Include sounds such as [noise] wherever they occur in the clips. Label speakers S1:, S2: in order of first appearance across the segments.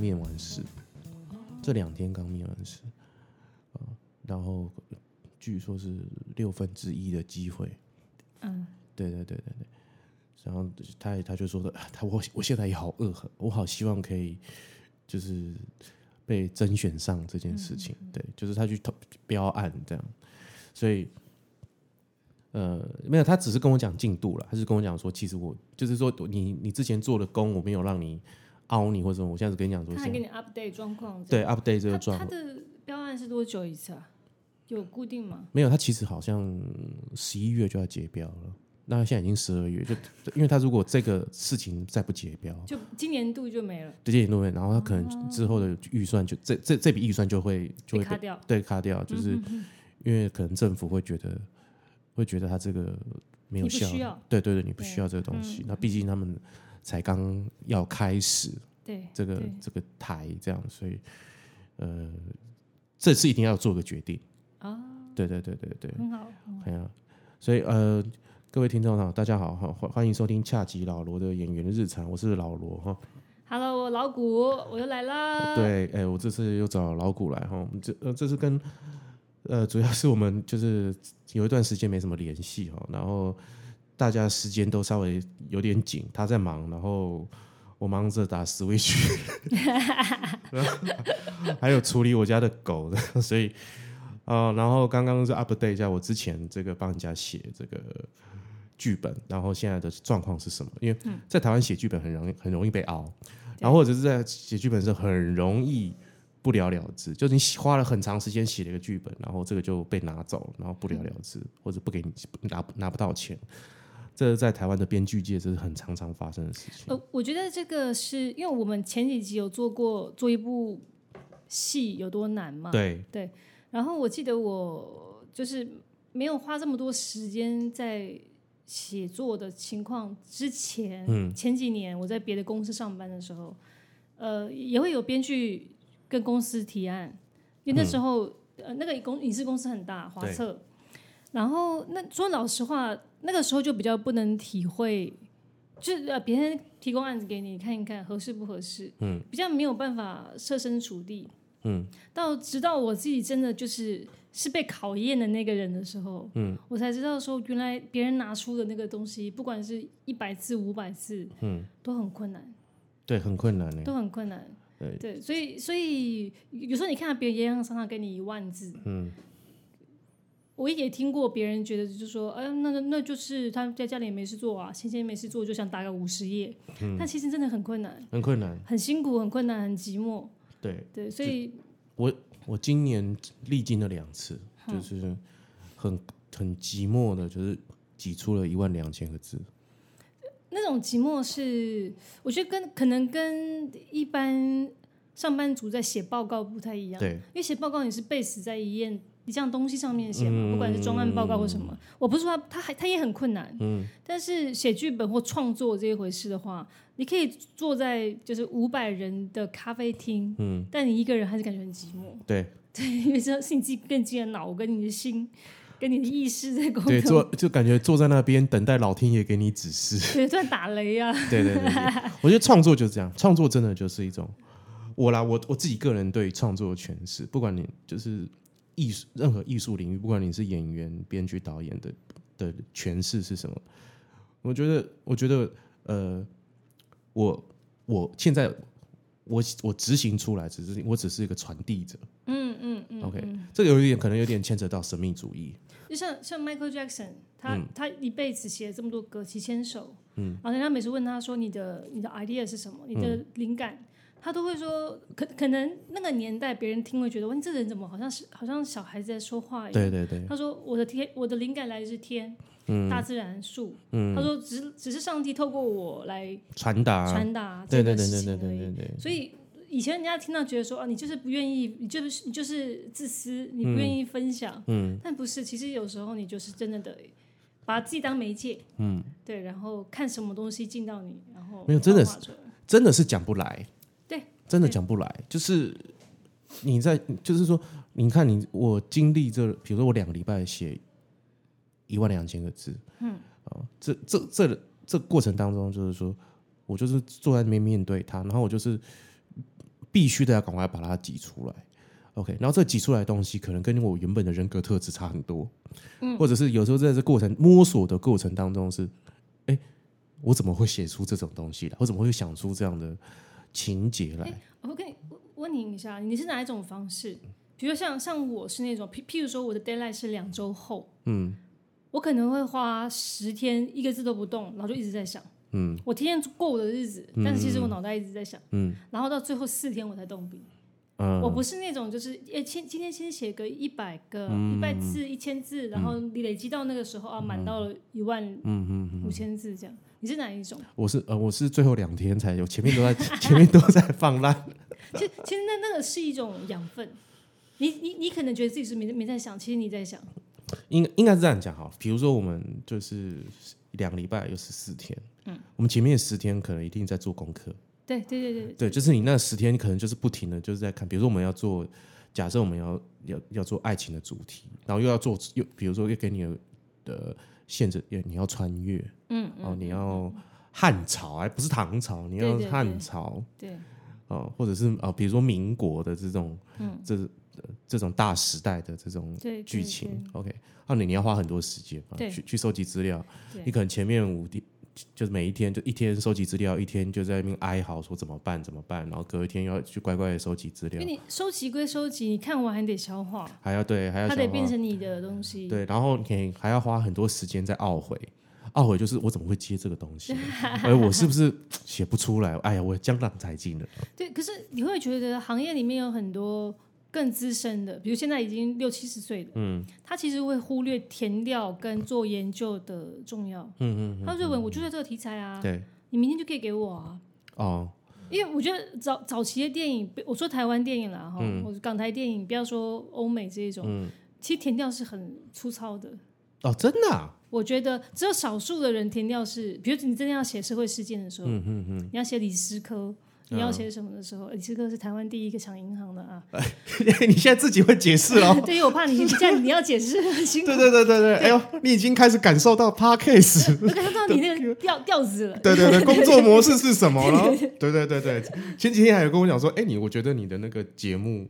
S1: 面完事，这两天刚面完事，啊、然后据说是六分之一的机会，
S2: 嗯，
S1: 对对对对对，然后他也他就说的， [laughs] 啊他我我现在也好饿，我好希望可以就是被甄选上这件事情，
S2: 嗯
S1: 对，就是他去投标案这样，所以呃没有，他只是跟我讲进度了，他是跟我讲说，其实我就是说你你之前做的工我没有让你凹你或者什么，我现在只跟你讲说
S2: 他还
S1: 现
S2: 给
S1: 在
S2: 你 update 状况。
S1: 对 update 这
S2: 他
S1: 个状
S2: 他
S1: 况。
S2: 的标案是多久一次啊？有固定吗？
S1: 没有，他其实好像十一月就要结标了，那现在已经十二月，就因为他如果这个事情再不结标，
S2: 就今年度就没了，
S1: 对这些东西，然后他可能之后的预算就、这这这笔预算就会就会
S2: 被卡
S1: 被
S2: 掉。嗯
S1: 对卡掉，就是因为可能政府会觉得会觉得他这个没有
S2: 你不
S1: 效
S2: 需
S1: 率
S2: 要，嗯
S1: 对对对，你不需要这个东西，那毕竟他们才刚要开始
S2: 对，
S1: 这个
S2: 对
S1: 这个台这样，所以呃，这次一定要做个决定啊，对对对对对，
S2: 哦很好。
S1: 哎呀，所以呃，各位听众哈，大家好，哈欢欢迎收听恰吉老罗的演员的日常，我是老罗哈。
S2: Hello，我老谷，我又来啦。，
S1: 对，哎、我这次又找老谷来哈，我们这呃这次跟呃主要是我们就是有一段时间没什么联系哈，然后大家时间都稍微有点紧，他在忙，然后我忙着打 Switch，然后还有处理我家的狗，所以呃，然后刚刚是 update 一下我之前这个帮人家写这个。剧本，然后现在的状况是什么？因为在台湾写剧本很容易很容易被熬，然后或者是在写剧本的时候很容易不了了之，就是你花了很长时间写了一个剧本，然后这个就被拿走，然后不了了之，或者不给你拿拿不到钱，这是在台湾的编剧界这是很常常发生的事情。
S2: 呃，我觉得这个是因为我们前几集有做过做一部戏有多难嘛，
S1: 对，
S2: 然后我记得我就是没有花这么多时间在写作的情况之前，
S1: 嗯
S2: 前几年我在别的公司上班的时候，呃，也会有编剧跟公司提案，因为那时候、呃那个公影视公司很大，华
S1: 嗯对
S2: 策，然后那说老实话，那个时候就比较不能体会。就是呃，别人提供案子给你看一看合适不合适，嗯，比较没有办法设身处地，到直到我自己真的就是是被考验的那个人的时候，嗯，我才知道说原来别人拿出的那个东西，不管是一百字、五百字，嗯，都很困难，
S1: 对，很困难呢、欸
S2: 都很困难。对，所以所以有时候你看到别人洋洋洒洒给你一万字，嗯，我也听过别人觉得就是说，哎、那那那就是他在家里也没事做啊，闲闲没事做就想打个五十页，但其实真的很困难，
S1: 很困难。
S2: 很辛苦，很困难，很寂寞。
S1: 对
S2: 对，所以
S1: 我今年历经了两次，就是很很寂寞的，就是挤出了一万两千个字。
S2: 那种寂寞是，我觉得跟可能跟一般上班族在写报告不太一样，
S1: 对
S2: 因为写报告你是 base 在一件一项东西上面写嘛，不
S1: 嗯
S2: 管是专案报告或什么，我不是说它它还它也很困难，嗯，但是写剧本或创作这一回事的话，你可以坐在就是五百人的咖啡厅，嗯，但你一个人还是感觉很寂寞， [laughs]
S1: 对
S2: 对，因为这是你自己跟你自己的脑跟你的心跟你的意识在沟
S1: 对，
S2: 通，
S1: 坐就感觉坐在那边等待老天爷给你指示。
S2: 对，突然打雷啊，
S1: 对对对对，我觉得创作就是这样，创作真的就是一种我啦，我我自己个人对创作的诠释，不管你就是艺术任何艺术领域，不管你是演员、编剧、导演的的诠释是什么，我觉得，我觉得，呃，我我现在我我执行出来，只是我只是一个传递者。
S2: 嗯嗯嗯
S1: OK，、这个有一点可能有点牵扯到神秘主义。
S2: 就像像 Michael Jackson，他、
S1: 嗯
S2: 他一辈子写了这么多歌，几千首，嗯，然后人家每次问他说你的你的 idea 是什么，你
S1: 嗯
S2: 的灵感，他都会说，可可能那个年代别人听会觉得，哇，你这人怎么好像是好像小孩子在说话一样。
S1: 对对对，嗯
S2: 他说我的天，我的灵感来自天，大自然树，他说只是只是上帝透过我来
S1: 传达。
S2: 传达
S1: 啊对
S2: 这
S1: 对
S2: 个
S1: 对
S2: 事
S1: 对
S2: 情而
S1: 对
S2: 已。
S1: 对对对，
S2: 所以以前人家听到觉得说啊，你就是不愿意，你就是你就是自私，你不愿意分享，嗯，但不是，其实有时候你就是真的得把自己当媒介，嗯，对，然后看什么东西进到你，然后
S1: 没有真的
S2: 幻化出来
S1: 真的是讲不来。
S2: 对，
S1: 真的讲不来。就是你在，就是说，你看你我经历这，比如说我两个礼拜写一万两千个字，嗯，啊，这这这这过程当中，就是说我就是坐在那边面对它，然后我就是。必须的要赶快把它挤出来。OK，然后这挤出来的东西可能跟我原本的人格特质差很多，
S2: 嗯
S1: 或者是有时候在这过程摸索的过程当中是，哎，我怎么会写出这种东西来？我怎么会想出这样的情节来？
S2: 我跟你问你一下，你是哪一种方式？比如像像我是那种，譬譬如说我的 deadline 是两周后，嗯，我可能会花十天一个字都不动，然后就一直在想，嗯，我天天过我的日子，但是其实我脑袋一直在想，嗯，然后到最后四天我才动笔。
S1: 嗯
S2: 我不是那种就是诶，今今天先写个一百个、一百字、一千字，然后你累积到那个时候啊，满到了一万五千字这样。你是哪一种？
S1: 我是呃，我是最后两天才有，前面都在 [laughs] 前面都在放烂。
S2: 其实其实那那个是一种养分。你你你可能觉得自己是没没在想，其实你在想。
S1: 应应该是这样讲哈，比如说我们就是两个礼拜有十四天，嗯，我们前面十天可能一定在做功课，
S2: 对对对对，
S1: 对，就是你那十天可能就是不停的就是在看，比如说我们要做，假设我们要要要做爱情的主题，然后又要做又比如说又给你的限制，也你要穿越，嗯，哦，你要汉朝，哎还不是唐朝，你
S2: 对
S1: 要
S2: 对对
S1: 汉朝，
S2: 对
S1: 哦，或者是啊、哦比如说民国的这种，嗯，这呃这种大时代的这种
S2: 嗯对
S1: 剧情，OK，那你你要花很多时间嘛，啊
S2: 对
S1: 去去收集资料
S2: 对，
S1: 你可能前面五天就是每一天就一天收集资料，一天就在那边哀嚎说怎么办怎么办，然后隔一天又要去乖乖的收集资
S2: 因
S1: 料
S2: 为，你收集归收集，你看完还得消化，
S1: 还要对还要
S2: 它
S1: 想
S2: 得
S1: 办
S2: 变
S1: 法
S2: 成你的东西。
S1: 对，然后你还要花很多时间在懊悔。懊悔就是我怎么会接这个东
S2: [laughs]
S1: 西？哎，我是不是写不出来？哎呀，我江郎才尽了。
S2: 对，可是你会觉得行业里面有很多更资深的，比如现在已经六七十岁的，嗯，他其实会忽略填料跟做研究的重要。嗯嗯，他就问我就在这个题材啊，
S1: 对，
S2: 你明天就可以给我啊。
S1: 哦，
S2: 因为我觉得早早期的电影，我说台湾电影啦，哈、
S1: 嗯
S2: 我港台电影，不要说欧美这一种，其实填调是很粗糙的。
S1: 哦，真的啊、 [laughs]
S2: 我觉得只有少数的人填调是，比如你真的要写社会事件的时候，嗯嗯嗯，你要写李斯科，你要写什么的时候，
S1: 嗯
S2: 李斯科是台湾第一个抢银行的啊。
S1: 你现在自己会解释哦。
S2: [laughs] 对于我怕你这样，你要解释很辛苦
S1: 对。对对对对，哎呦，你已经开始感受到
S2: [laughs]
S1: podcast，
S2: 我感受到你那个调调子了。
S1: 对对对，工作模式是什么了？对对对对，前几天还有跟我讲说，哎，你我觉得你的那个节目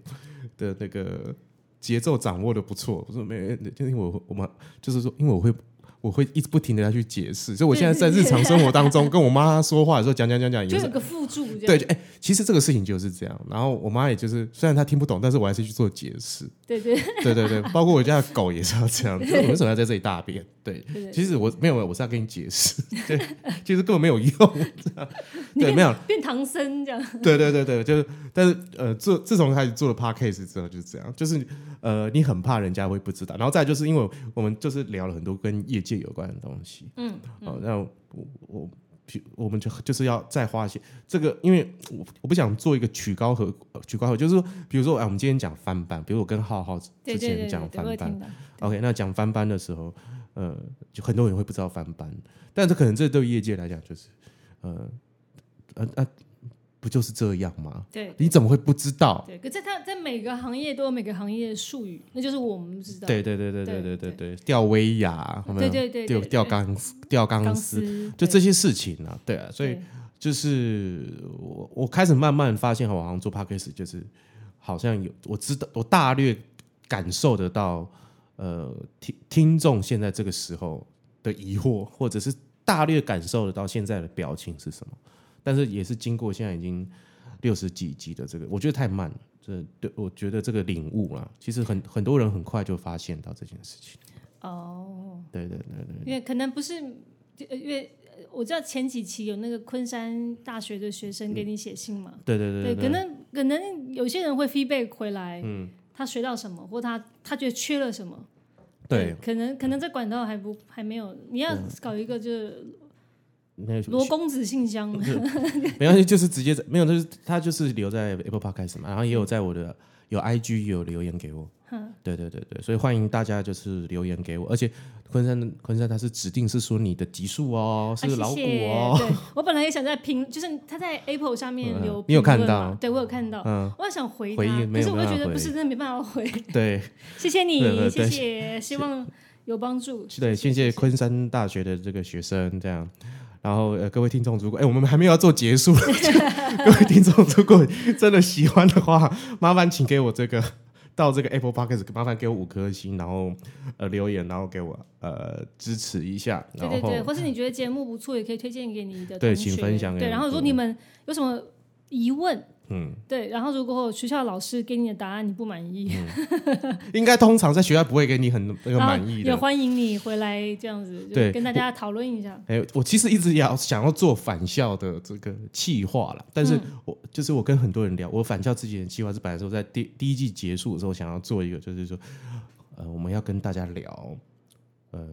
S1: 的那个节奏掌握的不错。我说没有，就是因为我我妈就是说，因为我会。我会一直不停的要去解释，所以我现在在日常生活当中跟我妈说话的时候讲讲讲讲，也
S2: 就是有个附注这样，
S1: 对，就哎、其实这个事情就是这样。然后我妈也就是，虽然她听不懂，但是我还是去做解释。
S2: 对对
S1: 对对对，包括我家的狗也是要这样，就是我为什么要在这里大便？对
S2: 对，对
S1: 其实我没有，没有我是要跟你解释，对，其实根本没有用，这样
S2: [laughs]
S1: 对，没有，
S2: 变唐僧这样，
S1: 对对对对，就是，但是呃，自自从开始做了 podcast 之后就是这样，就是呃，你很怕人家会不知道，然后再来就是因为我们就是聊了很多跟业界有关的东西，
S2: 嗯，
S1: 哦，那我我譬我们就就是要再花一些这个，因为我我不想做一个曲高和曲高和，就是说，比如说，哎，我们今天讲翻版，比如我跟浩浩
S2: 对
S1: 之
S2: 对对
S1: 前
S2: 对
S1: 讲
S2: 对，
S1: 翻
S2: 我有
S1: 版
S2: 听。到。
S1: OK，那讲翻班的时候，呃，就很多人会不知道翻班，但这可能这对业界来讲就是，呃，呃，那、不就是这样吗？
S2: 对
S1: 你怎么会不知道？
S2: 对，可在它在每个行业都有每个行业的术语，那就是我们不知道。
S1: 对对对对
S2: 对
S1: 对对
S2: 对
S1: 对对，吊威亚，有没
S2: 对
S1: 有
S2: 对对
S1: 吊
S2: 对，
S1: 吊钢丝吊钢
S2: 钢
S1: 丝，
S2: 丝，
S1: 就
S2: 对
S1: 这些事情啊，对啊，所以
S2: 对
S1: 就是我我开始慢慢发现，我好像做 podcast 就是好像有我知道我大略感受得到，呃，听听众现在这个时候的疑惑，或者是大略感受得到现在的表情是什么，但是也是经过现在已经六十几集的这个，我觉得太慢了。这对我觉得这个领悟啦，其实很很多人很快就发现到这件事情。
S2: 哦，
S1: 对对对对，
S2: 因为可能不是，
S1: 嗯
S2: 呃因为呃我知道前几期有那个昆山大学的学生给你写信嘛，
S1: 对嗯对对
S2: 对，可能可能有些人会 feedback 回来，嗯，他学到什么，或他他觉得缺了什么，
S1: 对，
S2: 可能可能这管道还不还没有，你要搞一个就是
S1: 嗯没有
S2: 罗公子信箱，
S1: [laughs] 没关系，就是直接在没有，就是他就是留在 Apple Podcast 嘛，然后也有在我的有 IG 有留言给我，对对对对，所以欢迎大家就是留言给我，而且昆山昆山他是指定是说你的级数哦，
S2: 啊
S1: 是老
S2: 谢
S1: 虎
S2: 谢
S1: 哦， [laughs]
S2: 对我本来也想在评，就是他在 Apple 上面
S1: 嗯
S2: 留评论嘛，
S1: 你有看到
S2: 对我有看到，
S1: 嗯，
S2: 我想回
S1: 回
S2: 他，
S1: 应没有
S2: 可是我
S1: 办
S2: 又
S1: 法
S2: 觉得不
S1: 回
S2: 是，真的没办法回。 [laughs]
S1: 对
S2: 谢谢
S1: 对
S2: 你，
S1: 对
S2: 谢
S1: 对
S2: 谢，希望有帮助。
S1: 对，谢
S2: 谢
S1: 谢昆山大学的这个学生这样。然后呃，各位听众，如果哎，我们还没有要做结束， [laughs] 各位听众，如果真的喜欢的话，麻烦请给我这个到这个 Apple Podcast，麻烦给我五颗星，然后呃留言，然后给我呃支持一下，
S2: 对
S1: 然
S2: 对
S1: 后
S2: 对，或是你觉得节目不错，也可以推荐给你的
S1: 对
S2: 同学
S1: 请分享给
S2: 对，然后如果
S1: 你的
S2: 你们有什么疑问，
S1: 嗯，
S2: 对，然后如果学校老师给你的答案你不满意，
S1: 应该通常在学校不会给你很嗯那个
S2: 然后
S1: 满意
S2: 也
S1: 的。
S2: 欢迎你回来这样子，就
S1: 对
S2: 跟大家讨论一下。
S1: 哎，我其实一直也要想要做返校的这个计划啦，但是
S2: 嗯
S1: 我、就是我跟很多人聊，我返校之前的计划是本来说在第第一季结束的时候想要做一个，就是说，呃，我们要跟大家聊，呃，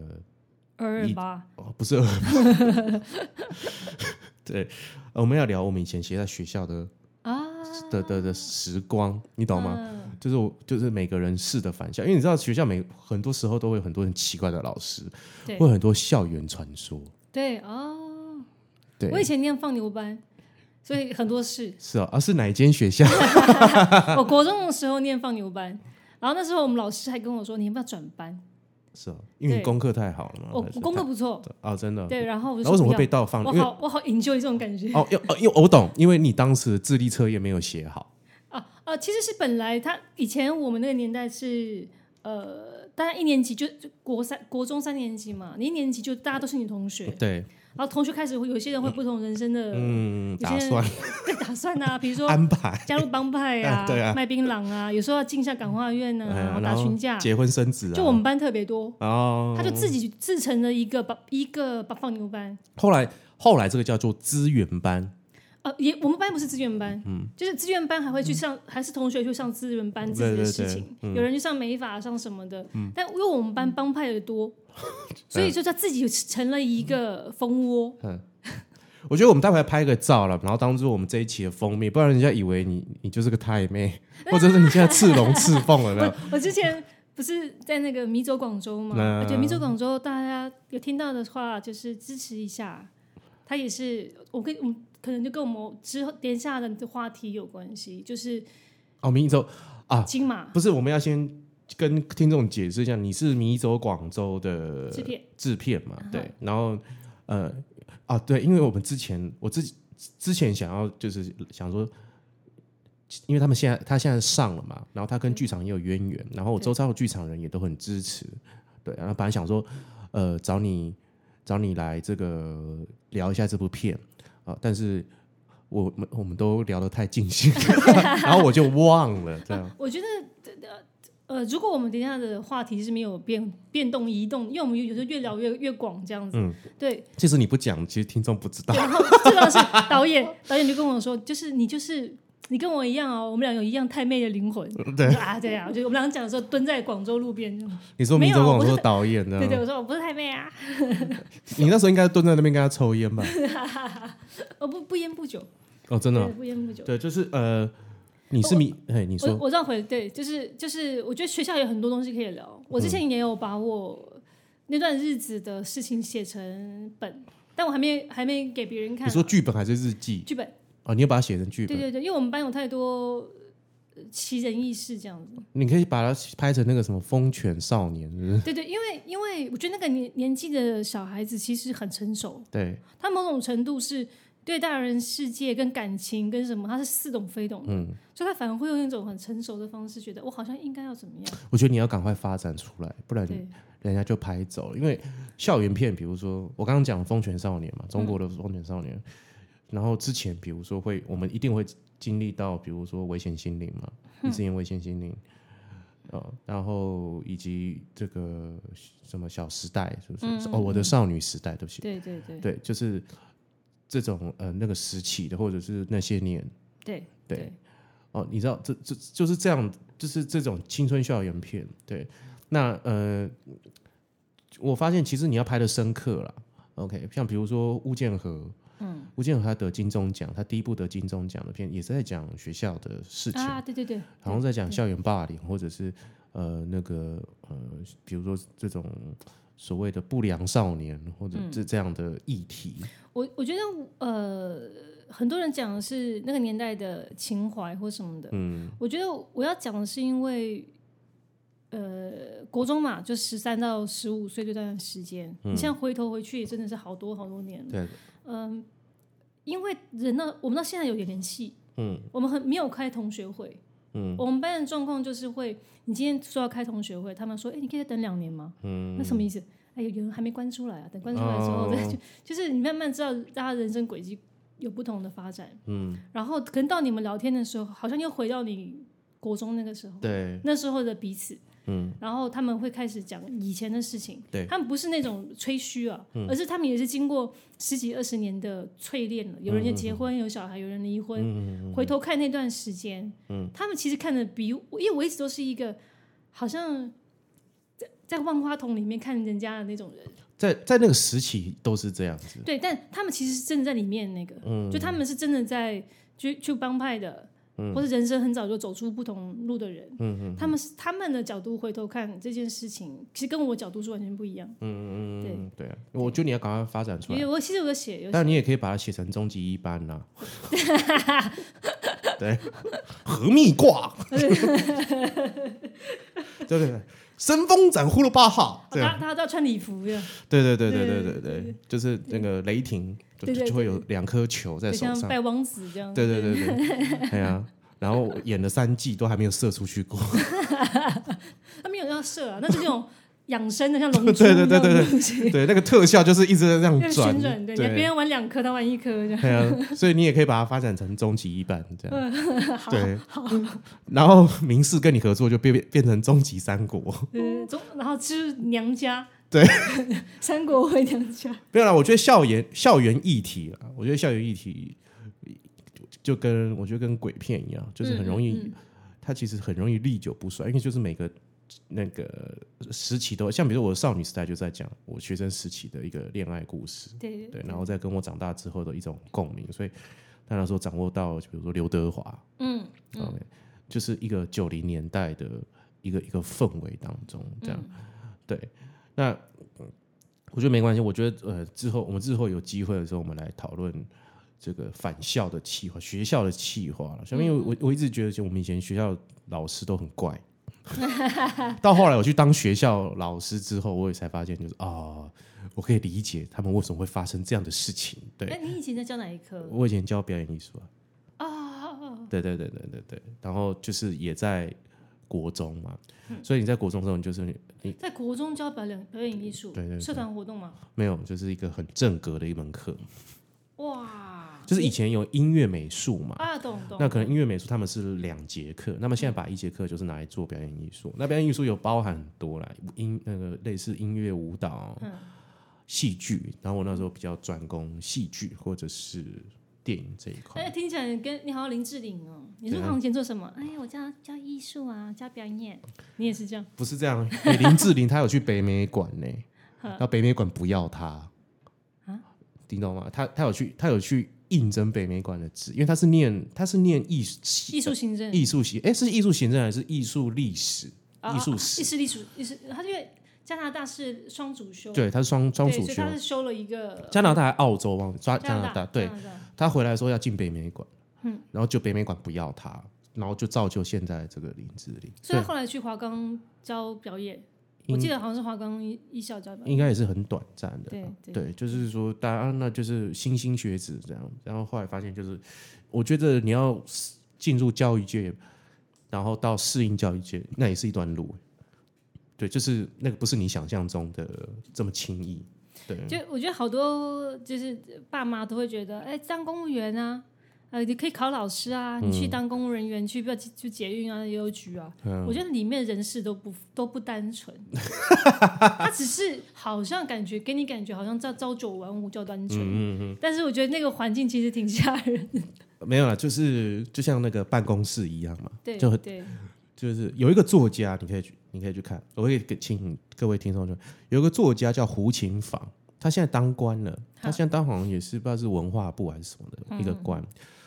S2: 二二八，
S1: 哦，不是二二八 [laughs] 对、呃我们要聊我们以前写在学校的啊的的的时光，你懂吗？
S2: 嗯
S1: 就是我就是每个人试的反校，因为你知道学校每很多时候都会有很多很奇怪的老师，
S2: 对
S1: 会有很多校园传说。
S2: 对哦，
S1: 对
S2: 我，以前念放牛班，所以很多事。 [laughs]
S1: 是哦，啊是哪一间学校？
S2: 我国中的时候念放牛班，然后那时候我们老师还跟我说，你要不要转班？
S1: 是哦，因为你
S2: 对
S1: 功课太好了嘛。
S2: 我
S1: 哦还是
S2: 我功课不错，
S1: 啊、真的。
S2: 对，然后我就
S1: 那
S2: 说
S1: 为什么
S2: 不
S1: 会
S2: 要
S1: 被倒放？
S2: 我
S1: 因为
S2: 好我好 enjoy 这种感觉。 [laughs]
S1: 哦，因为哦因为我懂，因为你当时的智力测验没有写好。
S2: 啊呃，其实是本来他以前我们那个年代是呃，大家一年级就就国三、国中三年级嘛，你一年级就大家都是你同学，
S1: 对，
S2: 然后同学开始会有些人会不同人生的、
S1: 嗯，打
S2: 有些人哦
S1: 算
S2: 对打算
S1: [laughs]
S2: 啊，比如说
S1: 安排。
S2: 加入帮派
S1: 啊 [laughs] 对啊
S2: 卖槟榔啊，有时候要进下感化院
S1: 哎呀
S2: 啊，
S1: 然
S2: 打
S1: 后
S2: 群架，
S1: 结婚生子啊。
S2: 就我们班特别多。
S1: 哦，
S2: 他就自己自成了一个帮一个帮放牛班，
S1: 后来后来这个叫做资源班，
S2: 呃，也我们班不是志愿班，嗯，就是志愿班还会去上，还是同学去上志愿班自己
S1: 对嗯
S2: 的
S1: 对
S2: 事
S1: 对
S2: 情，有人去上美法上什么的，但因为我们班帮派的
S1: [laughs]
S2: 多，所以就他自己成了一
S1: 嗯
S2: 个蜂
S1: [laughs]
S2: 窝，
S1: 我觉得我们待会拍个照了，然后当做我们这一期的封面，不然人家以为你你就是个太
S2: [laughs]
S1: 妹，或者是你现在赤龙赤凤了没有？
S2: 我之前不是在那个迷走广州嘛？
S1: 嗯
S2: 而且迷走广州，大家有听到的话，就是支持一下。他也是，我跟我们可能就跟我们之后连下的话题有关系，就是
S1: 哦，明州啊，
S2: 金马
S1: 不是，我们要先跟听众解释一下，你是迷走广州的
S2: 制片。
S1: 制片
S2: 嗯
S1: 嘛，对，然后呃啊对，因为我们之前我自己之前想要就是想说，因为他们现在他现在上了嘛，然后他跟剧场也有渊源，然后我周遭的剧场人也都很支持，对，然后本来想说呃找你找你来这个聊一下这部片啊、但是。我们我们都聊得太尽
S2: [laughs]
S1: 兴，然后我就忘了这样。
S2: 我觉得呃呃，如果我们等一下的话题是没有变变动移动，因为我们有时候越聊越越广这样子，
S1: 嗯
S2: 对。
S1: 其实你不讲，其实听众不知道
S2: 对，。然后最重要是导演， [laughs] 导演就跟我说，就是你就是你跟我一样哦，我们俩有一样太妹的灵魂。
S1: 嗯对嗯
S2: 我说啊，对啊，我就我们俩讲的时候蹲在广州路边这样。
S1: 你说
S2: 没
S1: 明
S2: 有
S1: 哲跟
S2: 我
S1: 我
S2: 是
S1: 说导演的，
S2: [laughs] 对对，我说我不是太妹啊，
S1: 你那时候应该蹲在那边跟他抽烟吧？
S2: 我不不烟不酒，
S1: 哦，真的
S2: 对，
S1: 哦，
S2: 不烟不酒。
S1: 对，就是呃，你是迷，哎，你
S2: 我
S1: 说
S2: 我这样回对，就是就是，我觉得学校有很多东西可以聊。我之前也有把我那段日子的事情写成本，但我还没还没给别人看啊、
S1: 你说剧本还是日记
S2: 剧本？
S1: 啊？你要把它写成剧
S2: 对
S1: 本，
S2: 对对，因为我们班有太多呃奇人异事这样子。
S1: 你可以把它拍成那个什么《风犬少年》是不是，
S2: 对对，因为因为我觉得那个年年纪的小孩子其实很成熟，
S1: 对，
S2: 他某种程度是对大人世界跟感情跟什么，他是似懂非懂的，所以他反而会用一种很成熟的方式，觉得我好像应该要怎么样。
S1: 我觉得你要赶快发展出来，不然
S2: 对
S1: 人家就拍走了。因为校园片，比如说我刚刚讲《风犬少年》嘛，中国的《风犬少年》然后之前比如说会，我们一定会经历到，比如说《危险心灵》嘛，《一次元危险心灵》呃，然后以及这个什么《小时代》，是不
S2: 嗯
S1: 是？哦，我的少女时代，对不起，
S2: 对对对
S1: 对，就是这种呃那个时期的，或者是那些年，
S2: 对
S1: 对哦，你知道，这这就是这样，就是这种青春校园片。对，那呃，我发现其实你要拍的深刻啦。OK，像比如说《吴建和》，嗯，《吴建和》他得金钟奖，他第一部得金钟奖的片也是在讲学校的事情，
S2: 啊，对对对，
S1: 好像在讲校园霸凌，或者是呃那个呃，比如说这种所谓的不良少年，或者这这样的议题。
S2: 我我觉得呃，很多人讲的是那个年代的情怀或什么的，嗯，我觉得我要讲的是因为。呃，国中嘛，就十三到十五岁这段时间，你现在回头回去也真的是好多好多年了。
S1: 对，
S2: 嗯，因为人到我们到现在有联系，嗯，我们很没有开同学会，嗯，我们班的状况就是会，你今天说要开同学会，他们说，哎、你可以再等两年吗？嗯，那什么意思？哎，有人还没关出来啊，等关出来之后
S1: 哦
S2: 再去， [laughs] 就是你慢慢知道大家人生轨迹有不同的发展，嗯，然后可能到你们聊天的时候，好像又回到你国中那个时候。
S1: 对，
S2: 那时候的彼此，
S1: 嗯，
S2: 然后他们会开始讲以前的事情，
S1: 对嗯
S2: 他们不是那种吹嘘啊，而是他们也是经过十几二十年的淬炼
S1: 嗯
S2: 了，有人就结婚，有小孩，有人离婚，回头看那段时间，嗯，他们其实看的比我，因为我一直都是一个好像在在万花筒里面看人家的那种人，
S1: 在在那个时期都是这样子，
S2: 对，但他们其实是真的在里面那个，
S1: 嗯
S2: 就他们是真的在去去帮派的，
S1: 嗯
S2: 或是人生很早就走出不同路的人，他们是他们的角度回头看这件事情，其实跟我角度是完全不一样。嗯嗯对。
S1: 嗯，对啊，我觉得你要赶快发展出
S2: 也
S1: 来，
S2: 有我其实有个写，有
S1: 但你也可以把它写成终极一班
S2: [laughs]
S1: 啦、对，合密
S2: [laughs]
S1: 卦，对对对，神风斩呼噜巴哈，
S2: [laughs]
S1: 这样，
S2: 大大家都要穿礼服的，
S1: 对对对对对对对，就是那个雷霆，就
S2: 对对
S1: 就会有两颗球在
S2: 就
S1: 手
S2: 像
S1: 上，
S2: 拜王子这样。
S1: 对对对对， [laughs] 哎呀。然后演了三季都还没有射出去
S2: [laughs]
S1: 过，
S2: 他没有要射啊，那是这种养生的，像龙
S1: [laughs] 对
S2: 珠
S1: 对对对对 [laughs]
S2: 对，
S1: 对，那个特效就是一直在这样
S2: 要
S1: 转
S2: 旋，转，对，别人玩两颗，他玩一颗
S1: [laughs]
S2: [laughs] 这样。
S1: 对啊，所以你也可以把它发展成终极一班这样。
S2: 嗯 [laughs] 好，
S1: 对，然后明世跟你合作就变变变成终极三国。 [laughs]
S2: 呃，中然后就是娘家，
S1: 对，
S2: [laughs] 三国回娘家。
S1: 没有啦，我觉得校园校园议题啦，我觉得校园议题就就跟我觉得跟鬼片一样，就是很容
S2: 嗯
S1: 易，它其实很容易历久不衰，因为就是每个那个时期都像，比如说我少女时代就在讲我学生时期的一个恋爱故事，
S2: 对
S1: 对，然后再跟我长大之后的一种共鸣，所以当然说掌握到，比如说刘德华，
S2: 嗯，
S1: OK，就是一个九零年代的一个一个氛围当中，这样、
S2: 嗯
S1: 对。那嗯我觉得没关系，我觉得呃，之后我们之后有机会的时候，我们来讨论这个返校的企划、学校的企划了。像因为我我一直觉得，就我们以前学校老师都很怪。 [laughs] 到后来我去当学校老师之后，我也才发现，就是啊、我可以理解他们为什么会发生这样的事情。对，
S2: 哎，你以前在教哪一科
S1: 我以前教表演艺术啊，
S2: 啊？
S1: 对对对对对对，然后就是也在国中嘛，所以你在国中之后，你就是你
S2: 在国中教表演表演艺术，
S1: 对对对
S2: 社团活动嘛。
S1: 没有就是一个很正格的一门课，
S2: 哇，
S1: 就是以前有音乐美术嘛，
S2: 啊，懂懂。
S1: 那可能音乐美术他们是两节课，那么现在把一节课就是拿来做表演艺术，那表演艺术有包含很多啦，音那个类似音乐、舞蹈、
S2: 嗯
S1: 戏剧，然后我那时候比较专攻戏剧或者是电影这一块
S2: 哎，，听起来跟你好像林志玲哦。你是不是
S1: 对啊
S2: 行前做什么？哎呀，我教教艺术啊，教表演。你也是这样，
S1: 不是这样，欸、林志玲她有去北美馆
S2: [laughs]
S1: 呢、
S2: 嗯
S1: 然后北美馆不要她啊，你懂吗？她她有去，她有去应征北美馆的职，因为她是念她是念艺术
S2: 艺术行政，
S1: 艺术系，哎、是艺术行政还是艺术历史？
S2: 啊
S1: 艺术
S2: 啊
S1: 史
S2: 艺术历史，艺术。他因为加拿大是双主修，
S1: 对，她是双双
S2: 对，
S1: 主
S2: 所以
S1: 修
S2: 他，是修了一个
S1: 加拿大还澳洲忘抓加拿大，对
S2: 加拿大嗯
S1: 她回来说要进北美馆，嗯，然后就北美馆不要她，然后就造就现在这个林志玲，
S2: 所以
S1: 对
S2: 他，后来去华冈教表演，
S1: 应
S2: 我记得好像是华冈艺艺校教表演。
S1: 应该也是很短暂的，啊
S2: 对对
S1: 对，就是说，大家、啊那就是新兴学子这样。然后后来发现，就是我觉得你要进入教育界，然后到适应教育界，那也是一段路。对，就是那个不是你想象中的这么轻易。对，
S2: 就我觉得好多就是爸妈都会觉得，哎、当公务员啊，呃，你可以考老师啊，
S1: 嗯
S2: 你去当公务人员，去不要去去捷运啊、邮局啊。
S1: 嗯
S2: 我觉得里面人事都不都不
S1: [laughs]
S2: 单纯，他只是好像感觉给你感觉好像在朝九晚五叫
S1: 嗯
S2: 单纯，但是我觉得那个环境其实挺吓人的。
S1: 没有啦，就是就像那个办公室一样嘛，
S2: 对
S1: 就
S2: 对，
S1: 就是有一个作家，你可以去，你可以去看，我会给请各位听众说，有一个作家叫胡琴坊，他现在当官了，他现在当好像也是不知道是文化部还是什么的一个官，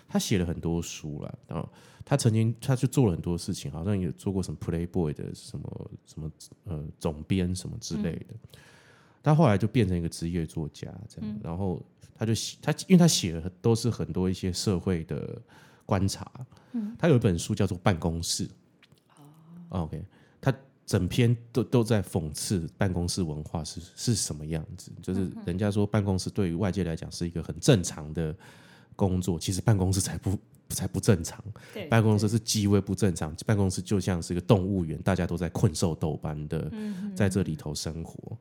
S1: 他写了很多书啦，然后他曾经他去做了很多事情，好像也做过什么 Playboy 的什么什么呃总编什么之类的，他后来就变成一个职业作家这样，然后他就写他因为他写的都是很多一些社会的观察，他有一本书叫做《办公室》，OK，他整篇都都在讽刺办公室文化是是什么样子，
S2: 嗯
S1: 就是人家说办公室对于外界来讲是一个很正常的工作，其实办公室才不才不正常，
S2: 对，
S1: 办公室是极为不正常，办公室就像是一个动物园，大家都在困兽斗般的
S2: 嗯
S1: 在这里头生活。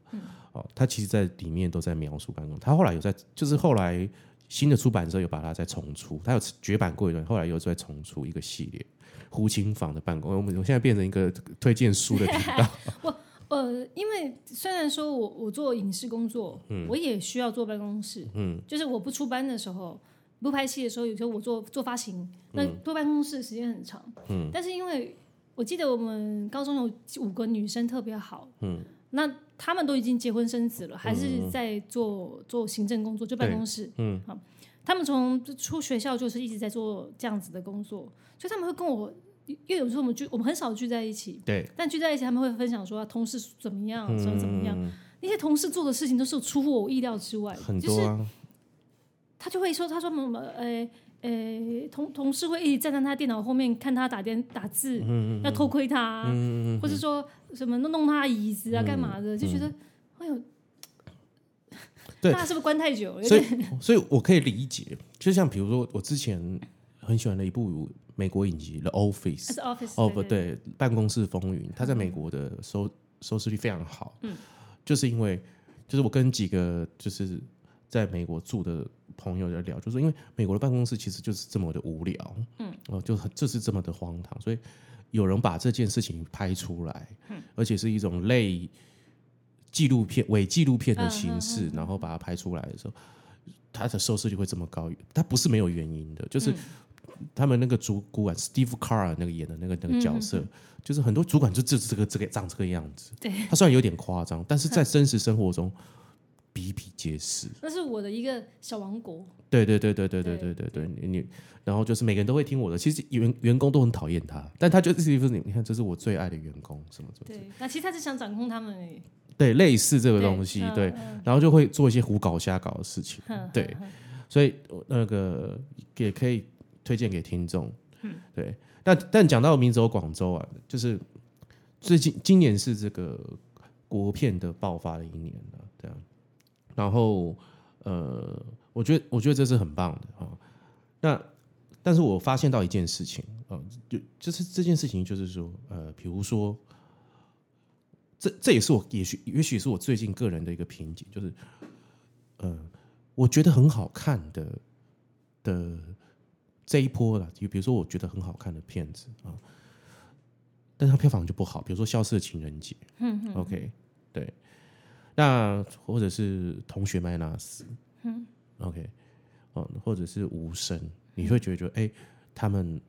S1: 哦，他其实在里面都在描述办公，他后来有在，就是后来新的出版社有把它再重出，他有绝版过一段，后来又再重出一个系列。胡青坊的办公，我们我现在变成一个推荐书的频
S2: [laughs]
S1: 道，
S2: 呃，因为虽然说我我做影视工作，
S1: 嗯
S2: 我也需要坐办公室，嗯，就是我不出班的时候，不拍戏的时候，有时候我做做发行，那坐办公室时间很长，嗯，但是因为我记得我们高中有五个女生特别好，嗯，那她们都已经结婚生子了，还是在做做行政工作，就办公室，嗯，好，她们从出学校就是一直在做这样子的工作，所以他们会跟我。因为有时候我们聚，我们很少聚在一起，
S1: 对，
S2: 但聚在一起，他们会分享说、啊同事怎么样，怎么怎么样。那些同事做的事情都是出乎我意料之外，
S1: 很
S2: 就
S1: 多
S2: 是
S1: 啊，
S2: 他就会说，他说什么，呃呃，同同事会一直站在他电脑后面看他打电打
S1: 嗯
S2: 字，要偷窥他啊，或者说什么弄弄他的椅
S1: 嗯
S2: 子啊，干嘛的，就觉得，哎呦，
S1: 对
S2: 那是不是关太久了？有
S1: 所以
S2: 点，
S1: 所以我可以理解，就像比如说，我之前很喜欢的一部美国影集《The Office》，
S2: 是 [laughs] office
S1: 哦不，对，办公室风云，它在美国的收收视率非常好，嗯，就是因为就是我跟几个就是在美国住的朋友在聊，就是因为美国的办公室其实就是这么的无聊，嗯，哦，就很就是这么的荒唐，所以有人把这件事情拍出来，而且是一种类纪录片、伪纪录片的形式，然后把它拍出来的时候，它的收视率会这么高，它不是没有原因的，就是。他们那个主管 Steve Carr 那个演的那个那个角色，就是很多主管就就是这个这个长这个样子。
S2: 对，
S1: 他虽然有点夸张，但是在真实生活中比比皆是。
S2: 那是我的一个小王国，
S1: 对对对对对对对对对，你你，然后就是每个人都会听我的，其实员员工都很讨厌他，但他就是一副你看，这是我最爱的员工，什么什么，
S2: 对，那其实他是想掌控他们而已，
S1: 对，类似这个东西，
S2: 嗯
S1: 对，
S2: 嗯
S1: 然后就会做一些胡搞瞎搞的事情，
S2: 嗯
S1: 对，所以呃那个也可以推荐给听众，
S2: 嗯
S1: 对。那但讲到明州广州啊，就是最近今年是这个国片的爆发的一年了，对啊。然后呃，我觉得我觉得这是很棒的啊、那但是我发现到一件事情啊、呃就就是这件事情就是说呃，比如说。这这也是我也许也许是我最近个人的一个瓶颈，就是，呃，我觉得很好看的的这一波啦，就比如说我觉得很好看的片子啊、但是它票房就不好，比如说《消失的情人节》，嗯 o k 对，那或者是《同学麦纳斯》，嗯，OK，哦，或者是《无声》，你会觉得觉得哎，他们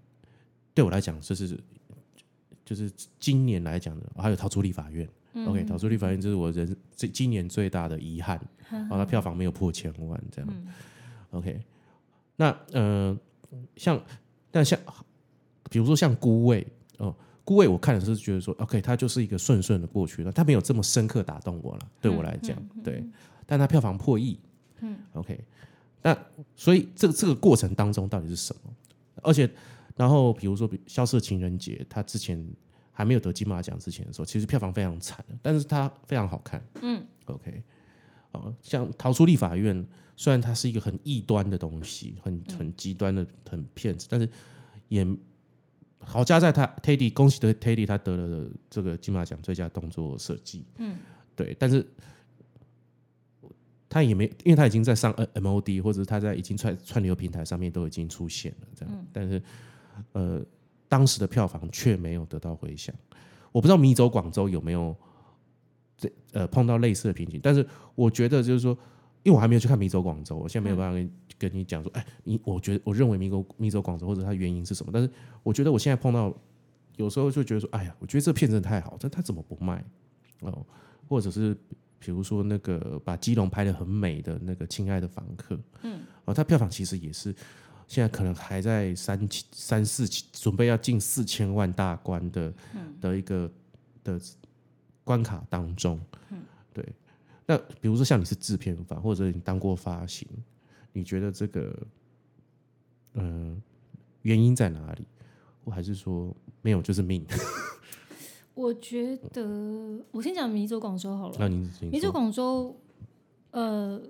S1: 对我来讲，这是就是今年来讲的，哦还有《逃出立法院》。OK，《逃出立法院》这是我人这今年最大的遗憾，哦，它票房没有破千万这样。OK，那呃，像但像比如说像《孤味》哦，《孤味》我看的时候是觉得说，OK，它就是一个顺顺的过去了，它没有这么深刻打动我了，对我来讲，对，但它票房破亿，嗯，OK，那所以这个这个过程当中到底是什么？而且，然后比如说比《消失的情人节》，它之前还没有得金马奖之前的时候，其实票房非常惨，但是它非常好看。嗯，OK，哦，像《逃出立法院》，虽然它是一个很异端的东西，很很极端的很骗子，但是也好加在他 Teddy，恭喜得 Teddy，他得了这个金马奖最佳动作设计。嗯，对，但是。他也没，因为他已经在上呃 M O D，或者是他在已经串串流平台上面都已经出现了这样，但是呃，当时的票房却没有得到回响。我不知道迷走广州有没有这呃碰到类似的瓶颈，但是我觉得就是说，因为我还没有去看迷走广州，我现在没有办法跟、跟你讲说，哎，你我觉得我认为迷走迷走广州或者它原因是什么，但是我觉得我现在碰到有时候就觉得说，哎呀，我觉得这片真的太好，但它怎么不卖哦？或者是比如说那个把基隆拍的很美的那个《亲爱的房客》，嗯，哦，它票房其实也是现在可能还在三千三四千，准备要进四千万大关的、
S2: 嗯
S1: 的一个的关卡当中。
S2: 嗯
S1: 对。那比如说像你是制片方，或者你当过发行，你觉得这个，呃嗯、原因在哪里？或还是说没有就是命？
S2: 我觉得我先讲迷走广州好了。
S1: [laughs] 那您您
S2: 迷走
S1: 说
S2: 广州，呃，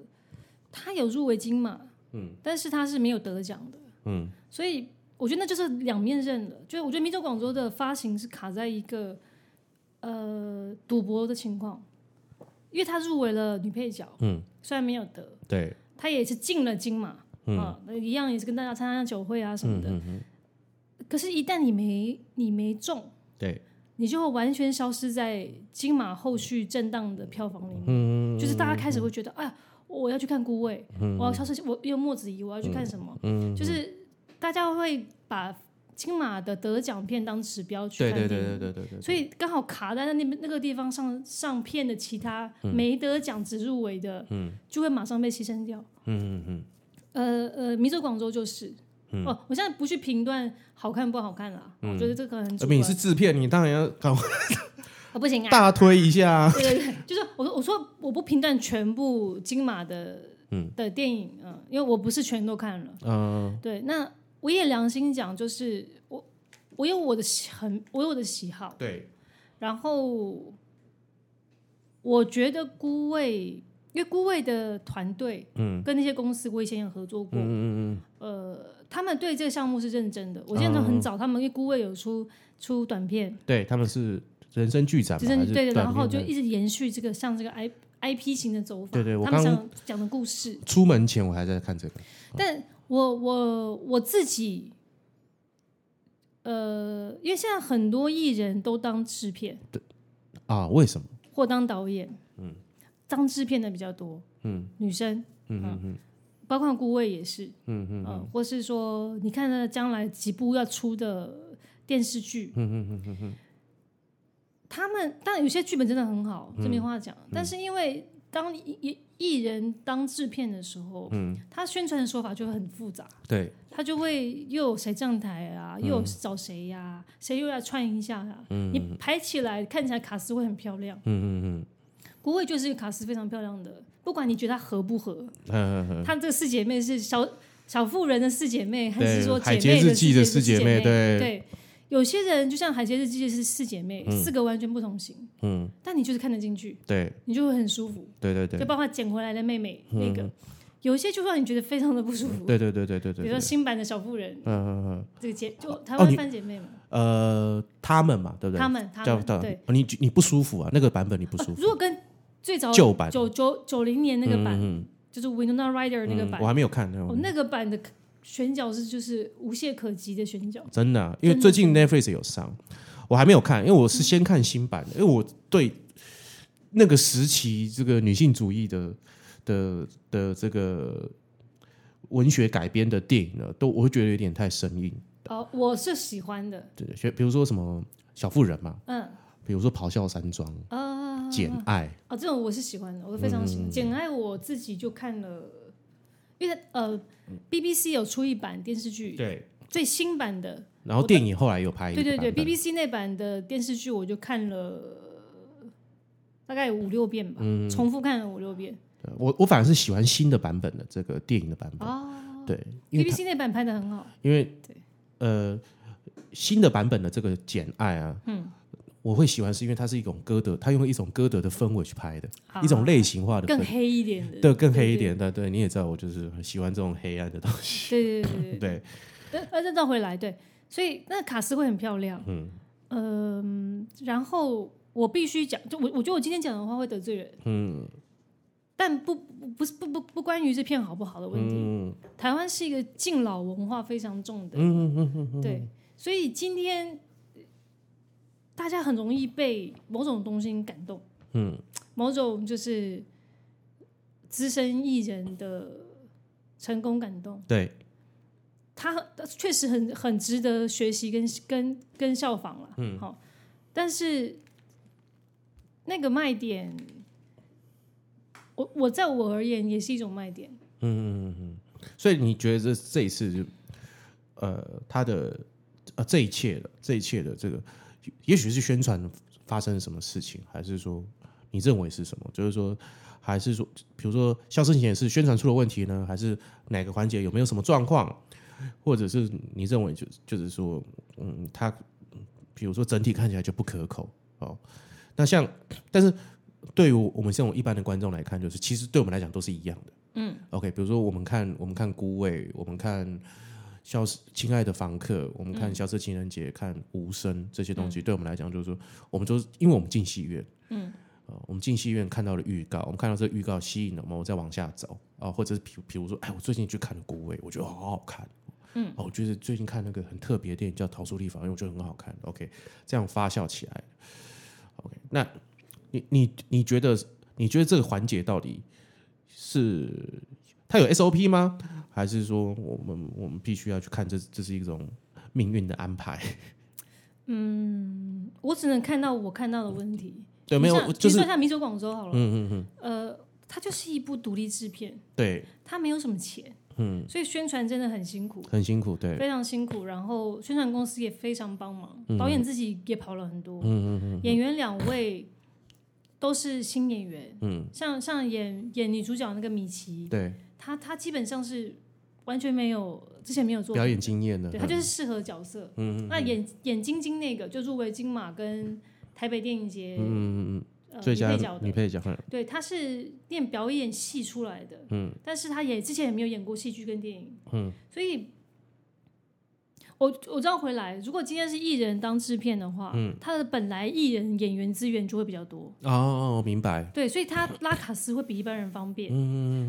S2: 他有入围金马，嗯，但是他是没有得奖的，
S1: 嗯，
S2: 所以我觉得那就是两面刃了。就是我觉得迷走广州的发行是卡在一个呃赌博的情况，因为他入围了女配角，
S1: 嗯，
S2: 虽然没有得，
S1: 对，
S2: 他也是进了金马，
S1: 嗯
S2: 啊，那一样也是跟大家参加酒会啊什么
S1: 嗯
S2: 的。
S1: 嗯嗯，
S2: 可是，一旦你没你没中，
S1: 对，
S2: 你就会完全消失在金马后续震荡的票房里面。
S1: 嗯
S2: 就是大家开始会觉得，哎呀，我要去看《孤味》我要消失，我因为墨子怡，我要去看什么？
S1: 嗯，
S2: 就是大家会把金马的得奖片当指标去
S1: 对
S2: 看
S1: 对
S2: 电影
S1: 对对对对对，
S2: 所以刚好卡在那那个地方上上片的其他没得奖只入围的，嗯，就会马上被牺牲掉。
S1: 嗯嗯嗯，
S2: 呃呃，迷走广州就是。哦，我现在不去评断好看不好看啦，我觉得这个很主
S1: 呃
S2: 观。
S1: 你是制片，你当然要
S2: [laughs]
S1: 赶快
S2: 哦，不行啊，
S1: 大推一下
S2: [laughs]
S1: 啊，
S2: 对对对，就是我说我说我不评断全部金马的嗯的电影，嗯、因为我不是全都看了。
S1: 嗯
S2: 对，那我也良心讲，就是我我有我的喜很我有我的喜好，
S1: 对，
S2: 然后我觉得孤味，因为孤味的团队，嗯，跟那些公司我以前也合作过，
S1: 嗯嗯嗯
S2: 呃，他们对这个项目是认真的。我现在都很早，他们因为孤味有出出短片，
S1: 嗯，对，他们是人生剧展
S2: 就
S1: 嘛，还
S2: 是
S1: 是
S2: 对的，
S1: 短
S2: 然后
S1: 片
S2: 就
S1: 的
S2: 一直延续这个像这个 I I P 型的走法，
S1: 对对我
S2: 他们
S1: 刚嗯
S2: 想讲的故事。
S1: 出门前我还在看这个，
S2: 但我我我自己，呃，因为现在很多艺人都当制片
S1: 啊，为什么？
S2: 或当导演，嗯，当制片的比较多，嗯，女生，嗯嗯嗯。包括顾魏也是，嗯嗯，呃，或是说，你看那将来几部要出的电视剧，嗯嗯嗯嗯嗯，他们当然有些剧本真的很好，这没话讲，但是因为当艺艺人当制片的时候，嗯，他宣传的手法就会很复杂，
S1: 对，
S2: 他就会又有谁站台啊，
S1: 嗯
S2: 又有找谁呀、谁又来串一下啊，你排起来看起来卡斯会很漂亮，
S1: 嗯嗯
S2: 国卫就是一个卡斯非常漂亮的，不管你觉得它合不合，
S1: 嗯嗯嗯，
S2: 她这个四姐妹是小小妇人的四姐妹，还是
S1: 对
S2: 说
S1: 海
S2: 姐妹
S1: 街日记
S2: 的
S1: 的
S2: 四
S1: 四
S2: 姐
S1: 姐
S2: 妹
S1: 妹对
S2: 对，有些人就像海街日记是四姐妹，四个完全不同型，
S1: 嗯，
S2: 但你就是看得进去，
S1: 对
S2: 你就会很舒服，
S1: 对对嗯
S2: 就
S1: 对
S2: 包括捡回来的妹妹那个，有一些就让你觉得非常的不舒服，
S1: 对对对对对
S2: 比如
S1: 对，
S2: 说
S1: 嗯
S2: 新版的小妇人
S1: 嗯嗯。
S2: 这个姐，就台
S1: 哦
S2: 湾
S1: 你
S2: 三姐妹嘛，
S1: 呃，他们嘛，对不对？
S2: 她们她
S1: 叫
S2: 们
S1: 叫
S2: 对，哦
S1: 哦你你不舒服啊？那个版本你不舒服？
S2: 如果跟最早
S1: 旧版
S2: 九九九零年那个版，
S1: 嗯
S2: 就是 Winona Ryder 那个
S1: 嗯
S2: 版
S1: 我。还没有看那
S2: 哦，
S1: 种，
S2: 那个版的选角是就是无懈可击的选角，
S1: 真的啊，因为最近 Netflix 有上，我还没有看，因为我是先看新版的，
S2: 嗯
S1: 因为我对那个时期这个女性主义的的的这个文学改编的电影呢，都我会觉得有点太生硬。
S2: 哦，我是喜欢的，
S1: 对，学比如说什么小妇人嘛，
S2: 嗯，
S1: 比如说咆哮山庄、
S2: 啊，
S1: 简爱，
S2: 哦，这种我是喜欢的，我非常喜
S1: 嗯
S2: 欢。简爱我自己就看了，因为呃，BBC 有出一版电视剧，
S1: 嗯对，
S2: 最新版的，
S1: 然后电影后来有拍一个
S2: 对对对
S1: 版本
S2: ，BBC 那版的电视剧我就看了。大概有五六遍吧，
S1: 嗯
S2: 重复看了五六遍。
S1: 对我我反而是喜欢新的版本的这个电影的版本
S2: 哦
S1: 对，因为它
S2: BBC 那版拍的很好，
S1: 因为呃新的版本的这个《简爱》啊，嗯，我会喜欢是因为它是一种歌德，它用一种歌德的氛围去拍的，
S2: 啊
S1: 一种类型化的氛
S2: 更
S1: 围，
S2: 黑一点的。
S1: 对，更黑一点的，对，你也知道我就是很喜欢这种黑暗的东西，
S2: 对对对对对。
S1: 对，
S2: 呃，呃，再绕回来，对，所以那卡斯会很漂亮，嗯，然后我必须讲，就我我觉得我今天讲的话会得罪人，嗯，但不不是不不不关于这片好不好的问题，
S1: 嗯
S2: 台湾是一个敬老文化非常重的，
S1: 嗯嗯嗯嗯，
S2: 对，所以今天呃大家很容易被某种东西感动，
S1: 嗯，
S2: 某种就是资深艺人的成功感动。
S1: 对，
S2: 他很呃确实很很值得学习跟跟跟效仿了，嗯，好，但是那个卖点，我我在我而言也是一种卖点，
S1: 所以你觉得这这一次就，呃，他的呃这一切的这一切的这个，也许是宣传发生了什么事情，还是说你认为是什么？就是说，还是说，比如说《肖申克是宣传出了问题呢，还是哪个环节有没有什么状况，或者是你认为就就是说，嗯，他比如说整体看起来就不可口，哦，那像，但是对于我们这种一般的观众来看，就是其实对我们来讲都是一样的。嗯，OK，比如说我们看我们看《孤味》，我们看《消失亲爱的房客》，我们看《消失情人节》，看《无声》这些东西，对我们来讲就是说，我们就是因为我们进戏院，嗯、我们进戏院看到了预告，我们看到这个预告吸引了我们，我再往下走啊、或者是比比如说，哎，我最近去看了《孤味》，我觉得好好看。嗯，哦，我觉得最近看那个很特别的电影叫《逃出立法院》，我觉得很好看。OK，这样发酵起来。OK，那你你你觉得你觉得这个环节到底是它有 SOP 吗？还是说我们我们必须要去看这这是一种命运的安
S2: [laughs]
S1: 排？
S2: 我只能看到我看到的问题。
S1: 对，没有，
S2: 比如
S1: 我
S2: 像
S1: 就
S2: 比如
S1: 是
S2: 说像《迷走广州》好了，嗯嗯嗯，呃，它就是一部独立制片，
S1: 对，
S2: 它没有什么钱，嗯，所以宣传真的很辛苦，
S1: 很辛苦，对，
S2: 非常辛苦。然后宣传公司也非常帮忙，导演自己也跑了很多，演员两位都是新演员，嗯，像像演演女主角那个米奇，
S1: 对，
S2: 她她基本上是完全没有之前没有做
S1: 表演经验呢？
S2: 对他就是适合角色。嗯那演演晶晶那个就入围金马跟台北电影节，嗯嗯嗯，
S1: 最
S2: 呃，
S1: 佳
S2: 女配角
S1: 女
S2: 的。
S1: 配角，嗯
S2: 对，他是练表演系出来的，嗯，但是他也之前也没有演过戏剧跟电影，嗯，所以。我我这样回来，如果今天是艺人当制片的话，嗯，他的本来艺人演员资源就会比较多，
S1: 哦哦，哦明白，
S2: 对，所以他拉卡斯会比一般人方便。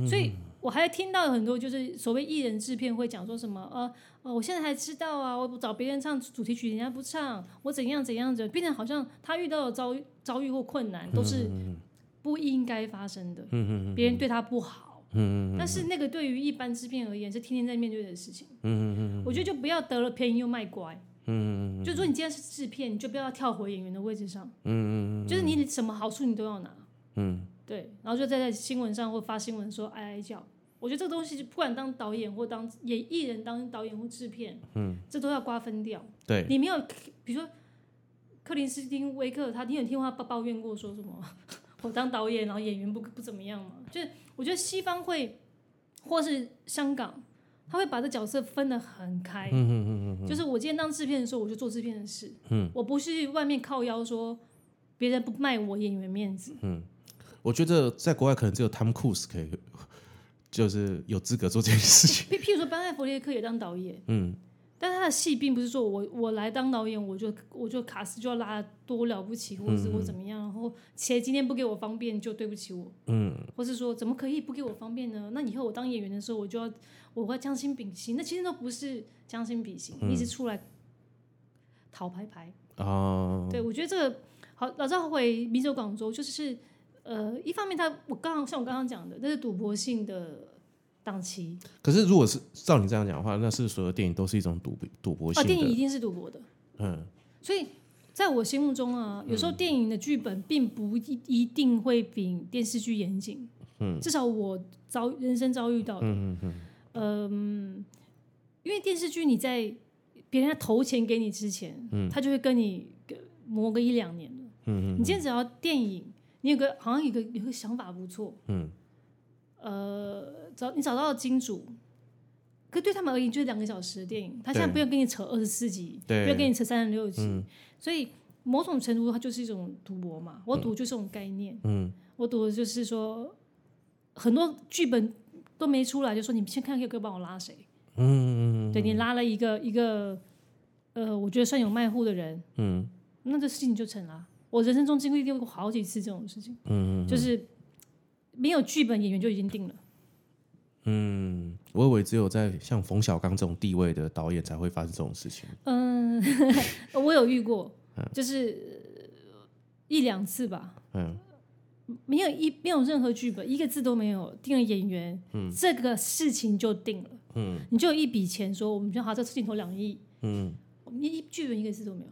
S2: 所以我还听到很多就是所谓艺人制片会讲说什么呃呃，我现在还知道啊，我找别人唱主题曲，人家不唱，我怎样怎样怎样，变成好像他遇到的遭遇遭遇或困难都是不应该发生的，别人对他不好。但是那个对于一般制片而言是天天在面对的事情。我觉得就不要得了便宜又卖乖。就说你今天是制片，你就不要跳回演员的位置上。就是你什么好处你都要拿。对，然后就在在新闻上会发新闻说哀哀叫。我觉得这个东西，不管当导演或当演艺人、当导演或制片，嗯，这都要瓜分掉。
S1: 对，
S2: 你没有，比如说克林斯汀·威克，他你有听过他抱抱怨过说什么？ [laughs] 我当导演，然后演员不不怎么样嘛？就是我觉得西方会，或是香港，他会把这角色分得很开。嗯嗯嗯嗯。就是我今天当制片的时候，我就做制片的事。嗯。我不是外面靠腰说别人不卖我演员面子。
S1: 我觉得在国外可能只有 Tom Cruise 可以， [laughs] 就是有资格做这件事情。
S2: 譬譬如说，班艾弗列克也当导演，嗯，但他的戏并不是说我我来当导演，我就我就卡斯就要拉得多了不起，或者是我怎么样，然后且今天不给我方便就对不起我，嗯，或是说怎么可以不给我方便呢？那以后我当演员的时候，我就要我会将心比心，那其实都不是将心比心，你一直出来讨牌牌。
S1: 哦，
S2: 对，我觉得这个好，老赵回迷走广州，就是呃，一方面他我刚刚像我刚刚讲的，那是赌博性的档期，
S1: [laughs] 可是如果是照你这样讲的话，那是所有电影都是一种赌博赌博
S2: 哦，
S1: 性
S2: 电影一
S1: 的，
S2: 定是赌博的，
S1: 嗯，
S2: 所以在我心目中啊，有时候电影的剧本并不一一定会比电视剧严谨，嗯，至少我遭人生遭遇到的，嗯嗯因为电视剧你在别人要投钱给你之前，嗯，他就会跟你呃磨个一两年了，嗯嗯，你今天只要电影，你有个好像有个有个想法不错，嗯，呃，找你找到了金主。可对他们而言，就是两个小时的电影，他现在
S1: 对
S2: 不要跟你扯二十四集，
S1: 对
S2: 不要跟你扯三十六集，所以某种程度它就是一种赌博嘛。我赌就是这种概念，嗯，我赌的就是说很多剧本都没出来，就说你先看可以不可以帮我拉谁，嗯，对你拉了一个一个呃，我觉得算有卖户的人，嗯，那这事情就成了。我人生中经历过好几次这种事情，嗯，就是没有剧本，演员就已经定了。
S1: 嗯我以为只有在像冯小刚这种地位的导演才会发生这种事情。
S2: 嗯，我有遇过，就是呃一两次吧。
S1: 嗯，
S2: 没有一没有任何剧本，一个字都没有，定了演员，嗯，这个事情就定了，嗯，你就有一笔钱说，我们就好，这次镜头两亿，
S1: 嗯，呃
S2: 我们一一剧本一个字都没有，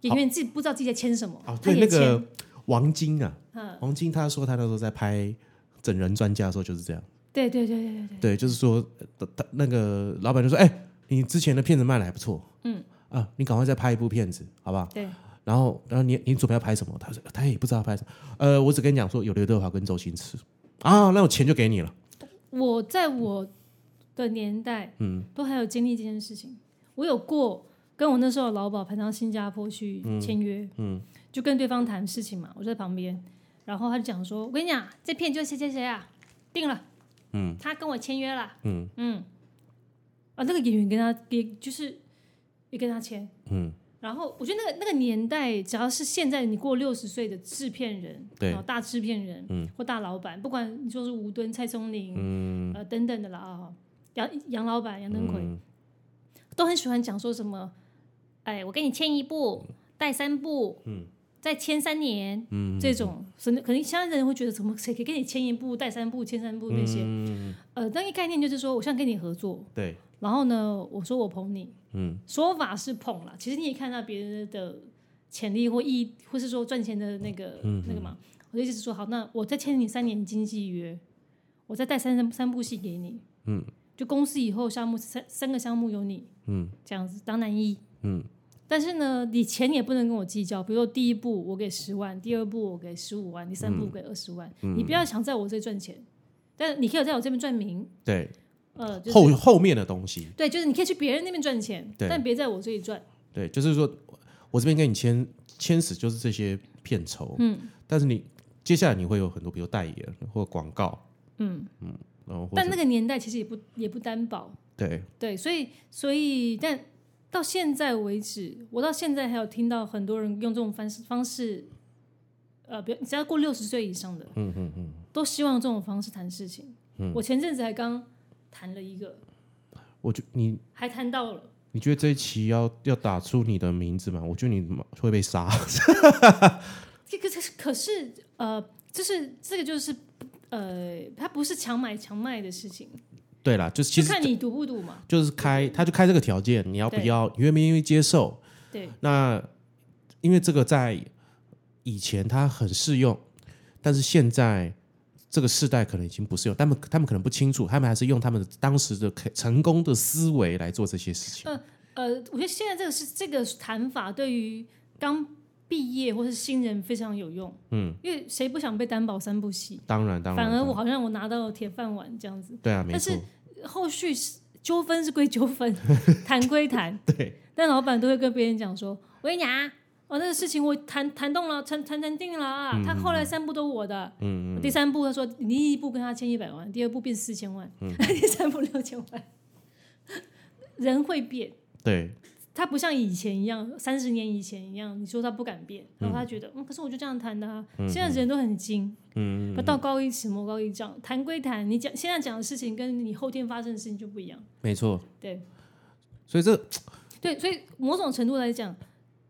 S2: 演员自己不知道自己在签什么，
S1: 哦，
S2: 他
S1: 对，
S2: 也
S1: 那
S2: 签，
S1: 个王晶啊，
S2: 嗯，
S1: 王晶他说他那时候在拍《整人专家》的时候就是这样，
S2: 对对对对对对，
S1: 对，就是说呃他那个老板就说：“哎、你之前的片子卖的还不错，嗯啊，你赶快再拍一部片子，好不好？”
S2: 对，
S1: 然后，然后你你准备要拍什么？他说他也不知道拍什么。呃，我只跟你讲说有刘德华跟周星驰啊，那我钱就给你了。
S2: 我在我的年代，嗯，都还有经历这件事情。我有过跟我那时候的劳保盘到新加坡去签约，
S1: 嗯
S2: 就跟对方谈事情嘛，我就在旁边，然后他就讲说，我跟你讲，这片就是谁谁谁啊，定了，
S1: 嗯，
S2: 他跟我签约了，
S1: 嗯
S2: 嗯，啊，那个演员跟他也就是也跟他签，
S1: 嗯，
S2: 然后我觉得那个那个年代，只要是现在你过六十岁的制片人，
S1: 对
S2: 然后大制片人，
S1: 嗯，
S2: 或大老板，不管你说是吴敦、蔡松林，嗯，呃等等的啦啊，杨杨老板、杨登魁、
S1: 嗯
S2: 都很喜欢讲说什么，哎，我给你签一部，带三部，
S1: 嗯，
S2: 再签三年，
S1: 嗯，
S2: 这种，可能可能现在人会觉得怎么谁可以跟你签一部、带三部、签三部那些，
S1: 嗯，
S2: 呃，那个概念就是说，我想跟你合作，
S1: 对，
S2: 然后呢，我说我捧你，
S1: 嗯，
S2: 说法是捧啦，其实你也看到别人的潜力或意，或是说赚钱的那个、
S1: 嗯
S2: 那个嘛，我就一直说好，那我再签你三年经纪约，我再带三三部戏给你，
S1: 嗯，
S2: 就公司以后项目三三个项目有你
S1: 嗯
S2: 这样子当男一，
S1: 嗯
S2: 但是呢，你钱也不能跟我计较，比如说第一步我给十万，第二步我给十五万，第三
S1: 嗯
S2: 步我给二十万，你不要想在我这里赚钱，但你可以在我这边赚名，
S1: 对，
S2: 呃，就是、
S1: 后后面的东西，
S2: 对，就是你可以去别人那边赚钱，
S1: 对
S2: 但别在我这里赚。
S1: 对，就是说我这边跟你签签死就是这些片酬，嗯，但是你接下来你会有很多，比如代言或广告，
S2: 嗯，
S1: 然后或
S2: 但
S1: 者
S2: 那个年代其实也不也不担保，
S1: 对，
S2: 对，所以所以但到现在为止，我到现在还有听到很多人用这种方式方式，呃，比如只要过六十岁以上的，
S1: 嗯嗯嗯，
S2: 都希望这种方式谈事情。
S1: 嗯
S2: 我前阵子还刚谈了一个，
S1: 我觉你
S2: 还谈到了，
S1: 你觉得这一期要要打出你的名字吗？我觉得你会被杀， [laughs]
S2: 这个这是可是呃，就是这个就是呃，它不是强买强卖的事情，
S1: 对啦，就是其
S2: 就
S1: 实
S2: 看你赌不赌嘛。
S1: 就是开他就开这个条件，你要不
S2: 对
S1: 要，你愿不愿意接受？
S2: 对，
S1: 那因为这个在以前它很适用，但是现在这个世代可能已经不适用，他们他们可能不清楚，他们还是用他们的当时的可成功的思维来做这些事情。
S2: 嗯呃，我觉得现在这个是这个谈法对于刚毕业或是新人非常有用，
S1: 嗯，
S2: 因为谁不想被担保三部戏？
S1: 当然，当然，
S2: 反而我
S1: 当然
S2: 好像我拿到了铁饭碗这样子，
S1: 对啊，没
S2: 但
S1: 错
S2: 是，后续是纠纷是归
S1: [laughs]
S2: 纠纷，谈归谈，
S1: 对，
S2: 但老板都会跟别人讲说：“我跟你讲啊，哦，那个事情我谈谈动了，谈谈谈定了啊。他后来三部都我的，
S1: 嗯
S2: 第三部他说你第一部跟他签一百万，第二部变四千万，
S1: 嗯
S2: [laughs] 第三部六千万。 [laughs] 人会变，
S1: 对，
S2: 他不像以前一样，三十年以前一样，你说他不敢变，然后他觉得，嗯，可是我就这样谈的啊。现在人都很精，
S1: 嗯，
S2: 那道高一尺，魔高一丈，谈归谈，你讲现在讲的事情跟你后天发生的事情就不一样，
S1: 没错。
S2: 对。
S1: 所以这
S2: 对，所以某种程度来讲，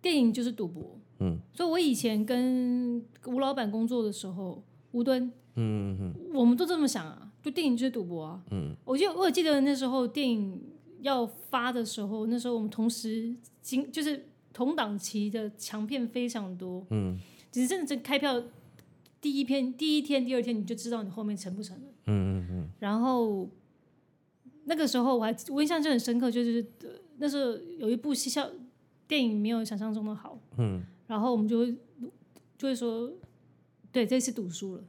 S2: 电影就是赌博。
S1: 嗯，
S2: 所以我以前跟吴老板工作的时候，吴敦，
S1: 嗯嗯
S2: 我们都这么想啊，就电影就是赌博啊。嗯，我记得我有记得那时候电影要发的时候，那时候我们同时经就是同档期的强片非常多，
S1: 嗯
S2: 只是真的真开票第一篇第一天、第二天你就知道你后面成不成了。
S1: 嗯嗯嗯
S2: 然后那个时候我还我印象就很深刻，就是、呃那时候有一部戏效电影没有想象中的好，
S1: 嗯
S2: 然后我们就会就会说，对，这次赌输了，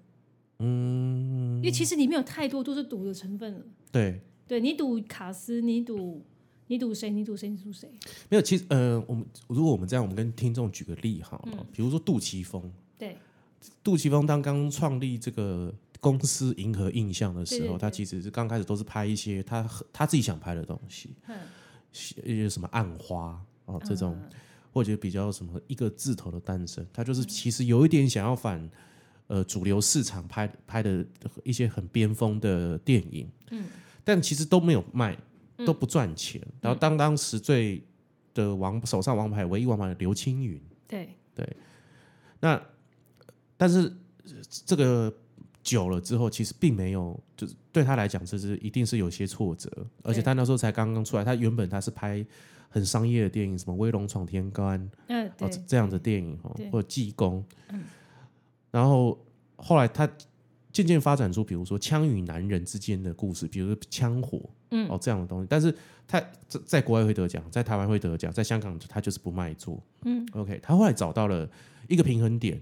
S1: 嗯
S2: 因为其实里面有太多都是赌的成分了。
S1: 对，
S2: 对你赌卡斯，你赌你赌谁，你赌谁，你赌谁，
S1: 没有。其实，呃，我们如果我们这样，我们跟听众举个例好了，比如说杜琪峰，
S2: 对
S1: 杜琪峰当刚创立这个公司银河印象的时候，
S2: 对对对
S1: 他其实是刚开始都是拍一些他他自己想拍的东西，
S2: 嗯
S1: 有什么暗花哦这种，或者比较什么一个字头的诞生，他就是其实有一点想要反呃主流市场拍拍的一些很边锋的电影，
S2: 嗯，
S1: 但其实都没有卖，都不赚钱。然后当当时最的王手上王牌唯一王牌的刘青云。
S2: 对
S1: 那但是呃这个久了之后，其实并没有，就是对他来讲，这是一定是有些挫折。而且他那时候才刚刚出来，他原本他是拍很商业的电影，什么《威龙闯天关》
S2: 嗯
S1: 哦
S2: 对
S1: 这这样的电影哦
S2: 对，嗯
S1: 或者《济公》然后后来他渐渐发展出，比如说枪与男人之间的故事，比如说枪火，
S2: 嗯
S1: 哦这样的东西。但是他在在国外会得奖，在台湾会得奖，在香港他就是不卖座。
S2: 嗯
S1: ，OK，他后来找到了一个平衡点，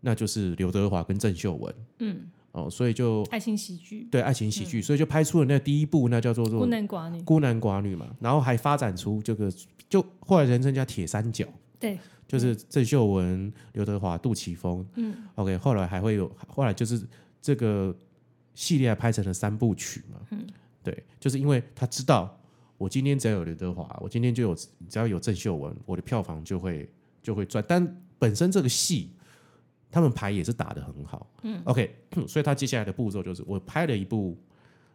S1: 那就是刘德华跟郑秀文。
S2: 嗯
S1: 哦，所以就
S2: 爱情喜剧，
S1: 对爱情喜剧，所以就拍出了那第一部，那叫做做
S2: 孤男寡女，
S1: 孤男寡女嘛，然后还发展出这个，就后来人称叫铁三角，
S2: 对，
S1: 就是郑秀文、刘德华、杜琪峰，嗯，OK，后来还会有，后来就是这个系列拍成了三部曲嘛，嗯，对，就是因为他知道我今天只要有刘德华，我今天就有只要有郑秀文，我的票房就会就会赚，但本身这个戏。他们牌也是打得很好，嗯，OK，所以 [coughs] 他接下来的步骤就是，我拍了一部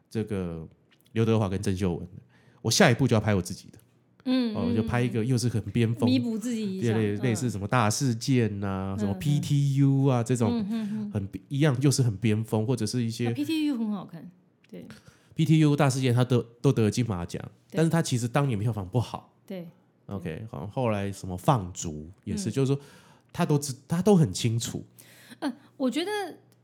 S1: 这个刘德华跟郑秀文的，我下一步就要拍我自己的，
S2: 嗯，
S1: 哦，就拍一个又是很边锋，
S2: 弥补自己一
S1: 对
S2: 下，
S1: 类类似
S2: 嗯
S1: 什么大事件呐、什么
S2: 嗯
S1: PTU 啊这种
S2: 嗯嗯嗯
S1: 很一样，又是很边锋，或者是一
S2: [laughs]
S1: 些
S2: PTU 很好看，对
S1: PTU 大事件，他都都得了金马奖，
S2: 对
S1: 但是他其实当年票房不好
S2: 对，嗯
S1: ，OK，好像后来什么放逐也是，就是说他都知他都很清楚，
S2: 我觉得。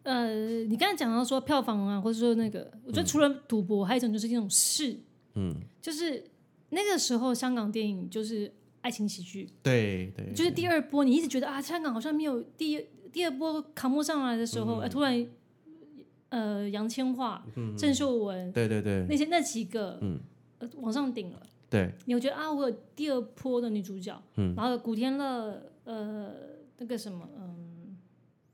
S2: 呃，你刚才讲到说票房啊，或者说那个，我觉得除了赌博，还有一种就是这种事，
S1: 嗯，
S2: 就是那个时候香港电影就是爱情喜剧，
S1: 对对，
S2: 就是第二波，你一直觉得啊，香港好像没有第一第二波扛不上来的时
S1: 嗯
S2: 候，呃突然呃杨千嬅、郑秀文
S1: 对对嗯对嗯
S2: 那些那几个，呃，往上顶了。
S1: 对，
S2: 你会觉得啊，我有第二波的女主角，
S1: 嗯
S2: 然后古天乐，呃，那个什么，嗯，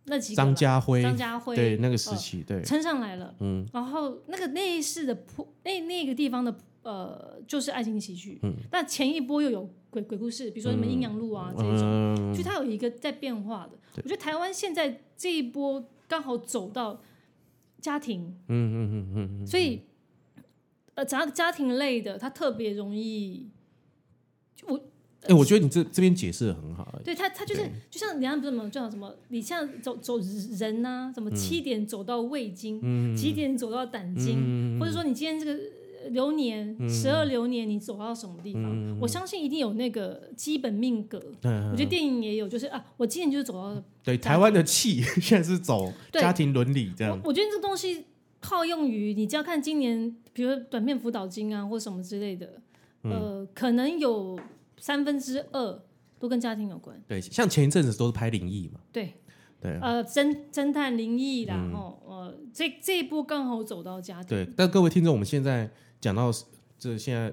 S2: 那几个啦
S1: 张家辉，
S2: 张家辉，哦
S1: 对那个时期，对，
S2: 撑上来了，
S1: 嗯，
S2: 然后那个那一世的铺，那那个地方的呃，就是爱情喜剧，嗯，但前一波又有鬼鬼故事，比如说什么阴阳路啊、这一种，
S1: 嗯，
S2: 就它有一个在变化的。我觉得台湾现在这一波刚好走到家庭，嗯嗯嗯嗯，所以呃，只要家庭类的，它特别容易，呃
S1: 哎，我觉得你这这边解释的很好，
S2: 对它它就是就像人家不是什么叫什么，你像走走人呐、
S1: 嗯
S2: 什么七点走到胃经，几点走到胆经，
S1: 嗯
S2: 或者说你今天这个呃流年十二流年你走到什么
S1: 嗯
S2: 地方，我相信一定有那个基本命格。
S1: 嗯
S2: 我觉得电影也有，就是啊，我今年就是走到
S1: 对，
S2: 家
S1: 台湾的气 [laughs] 现在是走
S2: 对
S1: 家庭伦理这样
S2: 我，我觉得这个东西套用于你只要看今年，比如短片辅导金啊，或什么之类的，
S1: 嗯
S2: 呃，可能有三分之二都跟家庭有关。
S1: 对，像前一阵子都是拍灵异嘛，
S2: 对，
S1: 对啊
S2: 呃，侦侦探灵异啦，哦，呃，这这一波刚好走到家庭，
S1: 对。但各位听众，我们现在讲到这现在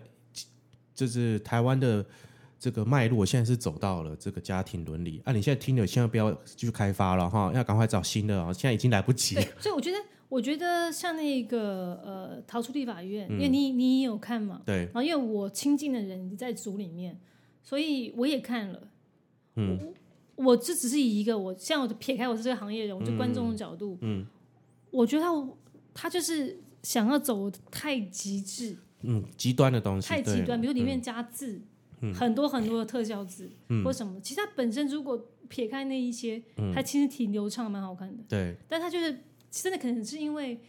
S1: 就是台湾的这个脉络，现在是走到了这个家庭伦理啊。你现在听了，千万不要继续开发了哈，要赶快找新的啊，现在已经来不及了
S2: 对。，所以我觉得，我觉得像那个呃，逃出立法院，因为你你也有看嘛，
S1: 对，
S2: 然后因为我亲近的人在组里面，所以我也看了。嗯，我我这只是以一个我像我就撇开我是这个行业人，我就观众的角度，嗯，我觉得他他就是想要走太极致、
S1: 嗯，极端的东西，
S2: 太极
S1: 对嗯
S2: 端，比如里面加字，很多很多的特效字、或什么。其实它本身如果撇开那一些，
S1: 嗯
S2: 它其实挺流畅，蛮好看的。
S1: 对
S2: 但他就是真的可能是因为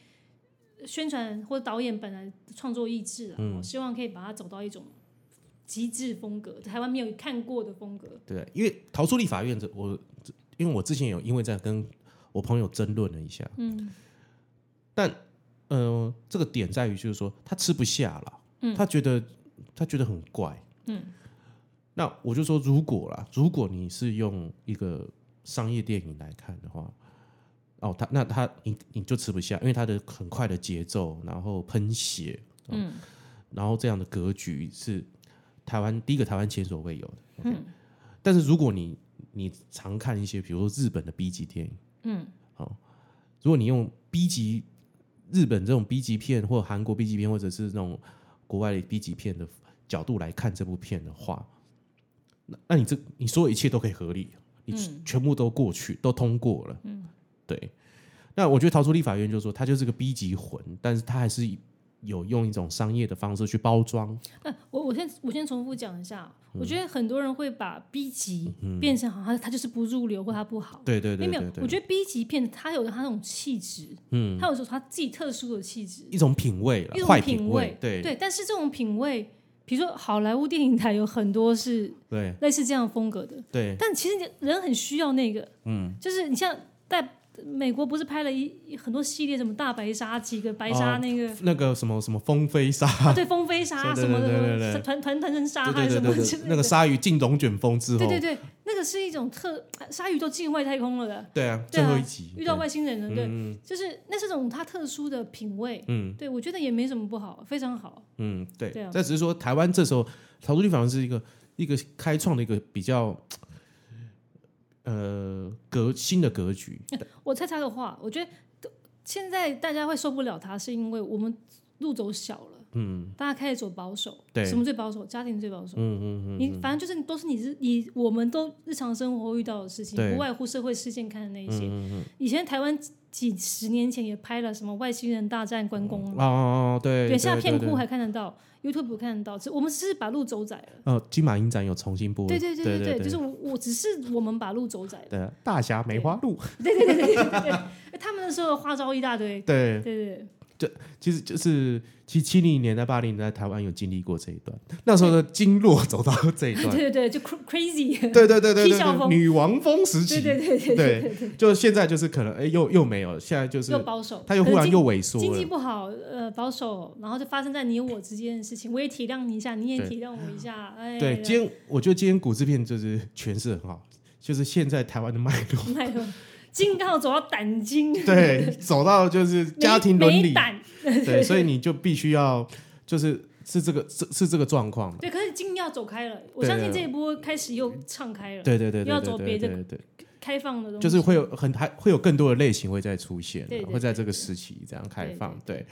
S2: 宣传或者导演本来创作意志啊，
S1: 嗯
S2: 我希望可以把它走到一种极致风格，台湾没有看过的风格。
S1: 对，啊因为逃出立法院，这我这因为我之前有因为这样跟我朋友争论了一下，嗯，但呃，这个点在于就是说他吃不下了，嗯，他觉得他觉得很怪，嗯，那我就说如果啦，如果你是用一个商业电影来看的话。哦，他那他你你就吃不下，因为他的很快的节奏，然后喷血，哦
S2: 嗯，
S1: 然后这样的格局是台湾第一个台湾前所未有的。嗯，但是如果你你常看一些，比如说日本的 B 级电影，嗯，好、如果你用 B 级日本这种 B 级片或韩国 B 级片，或者是那种国外的 B 级片的角度来看这部片的话，那那你这你所有一切都可以合理，你
S2: 嗯
S1: 全部都过去，都通过了，嗯，对。那我觉得逃出立法院就是说，它就是个 B 级魂，但是它还是有用一种商业的方式去包装，
S2: 呃，我我先我先重复讲一下，啊
S1: 嗯
S2: 我觉得很多人会把 B 级变成好像它就是不入流或它不好。
S1: 对对对
S2: 没
S1: 对
S2: 有没有，
S1: 对，
S2: 我觉得 B 级片它有它那种气质，嗯，它有时候它自己特殊的气质，
S1: 一种品味了
S2: 一，种
S1: 坏
S2: 品
S1: 味，对
S2: 对。但是这种品味，比如说好莱坞电影台有很多是
S1: 对
S2: 类似这样风格的，
S1: 对
S2: 但其实人很需要那个，嗯，就是你像戴美国不是拍了一很多系列，什么大白鲨，几个白鲨
S1: 哦
S2: 那个，啊
S1: 那个什么什么风飞鲨，
S2: 对，风飞鲨
S1: [laughs] 对
S2: 什么
S1: 对对对
S2: 的，
S1: 对
S2: 团团团成鲨
S1: 对
S2: 还
S1: 对对
S2: 是什么
S1: 对
S2: 之
S1: 对
S2: 类，的
S1: 那个哦鲨鱼进龙卷风之后，
S2: 对对对，那个是一种特鲨鱼都进外太空了的，
S1: 对啊，
S2: 对
S1: 最
S2: 啊
S1: 后一集
S2: 遇到外星人了，
S1: 对
S2: 对，
S1: 嗯
S2: 就是那是种它特殊的品味，
S1: 嗯
S2: 对我觉得也没什么不好，非常好，
S1: 嗯，对
S2: 对啊，
S1: 但只是说台湾这时候逃出去反而是一个一个开创的一个比较呃格新的格局，
S2: 我猜他的话，我觉得现在大家会受不了他，是因为我们路走小了，嗯，大家开始走保守，
S1: 对
S2: 什么最保守？家庭最保守，
S1: 嗯嗯嗯，
S2: 你反正就是都是你日你我们都日常生活遇到的事情，
S1: 对嗯
S2: 不外乎社会事件看的那一些。以前台湾几几十年前也拍了什么外星人大战关公嘛，
S1: 哦哦哦，对，
S2: 对，现在片
S1: 对
S2: 库还看得到，YouTube 看得到，只我们只是把路走窄了。
S1: 呃，金马影展有重新播，
S2: 对对对
S1: 对
S2: 对，
S1: 对，
S2: 就是我我只是我们把路走窄了。
S1: 对大侠梅花鹿，
S2: 哎他们那时候花招一
S1: [laughs]
S2: 大堆，
S1: 对
S2: 对，对对，
S1: 其实就是其实七零年代、八零年代台湾有经历过这一段，那时候的经络走到这一段，
S2: 对对对，就 cra- crazy，
S1: 对对对对
S2: 踢
S1: 对
S2: 笑
S1: 对，
S2: 风
S1: 女王风时期，
S2: 对对对对
S1: 对就现在就是可能哎又又没有了，现在就是
S2: [laughs] 又保守，
S1: 它又忽
S2: 可
S1: 然
S2: 是
S1: 又萎
S2: 经经
S1: 缩
S2: 济
S1: 了，
S2: 不好，呃，保守，然后就发生在你我之间的事情，我也体谅你一下，你也
S1: 对
S2: 体谅我
S1: [laughs]
S2: 一下，哎，
S1: 对，今天我觉得今天古制片就是诠释得很好，就是现在台湾的脉络，
S2: 哎呦，金刚好走到胆经，
S1: 对，走到就是 [laughs] 家庭伦
S2: 没
S1: 理，
S2: 胆，
S1: 对，所以你就必须要就是是这个是是这个状况嘛，
S2: 对，可是经要走开了，我
S1: 对
S2: 相信
S1: 对
S2: 这一波开始又唱开了，
S1: 对对对
S2: 又要
S1: 对
S2: 走
S1: 对
S2: 别
S1: 对
S2: 的
S1: 对对。
S2: 开放的东西，
S1: 就是 [laughs] 会有很还会有更多的类型会再出现啊，
S2: 对对
S1: 会在这个时期这样开放。
S2: 对
S1: 对，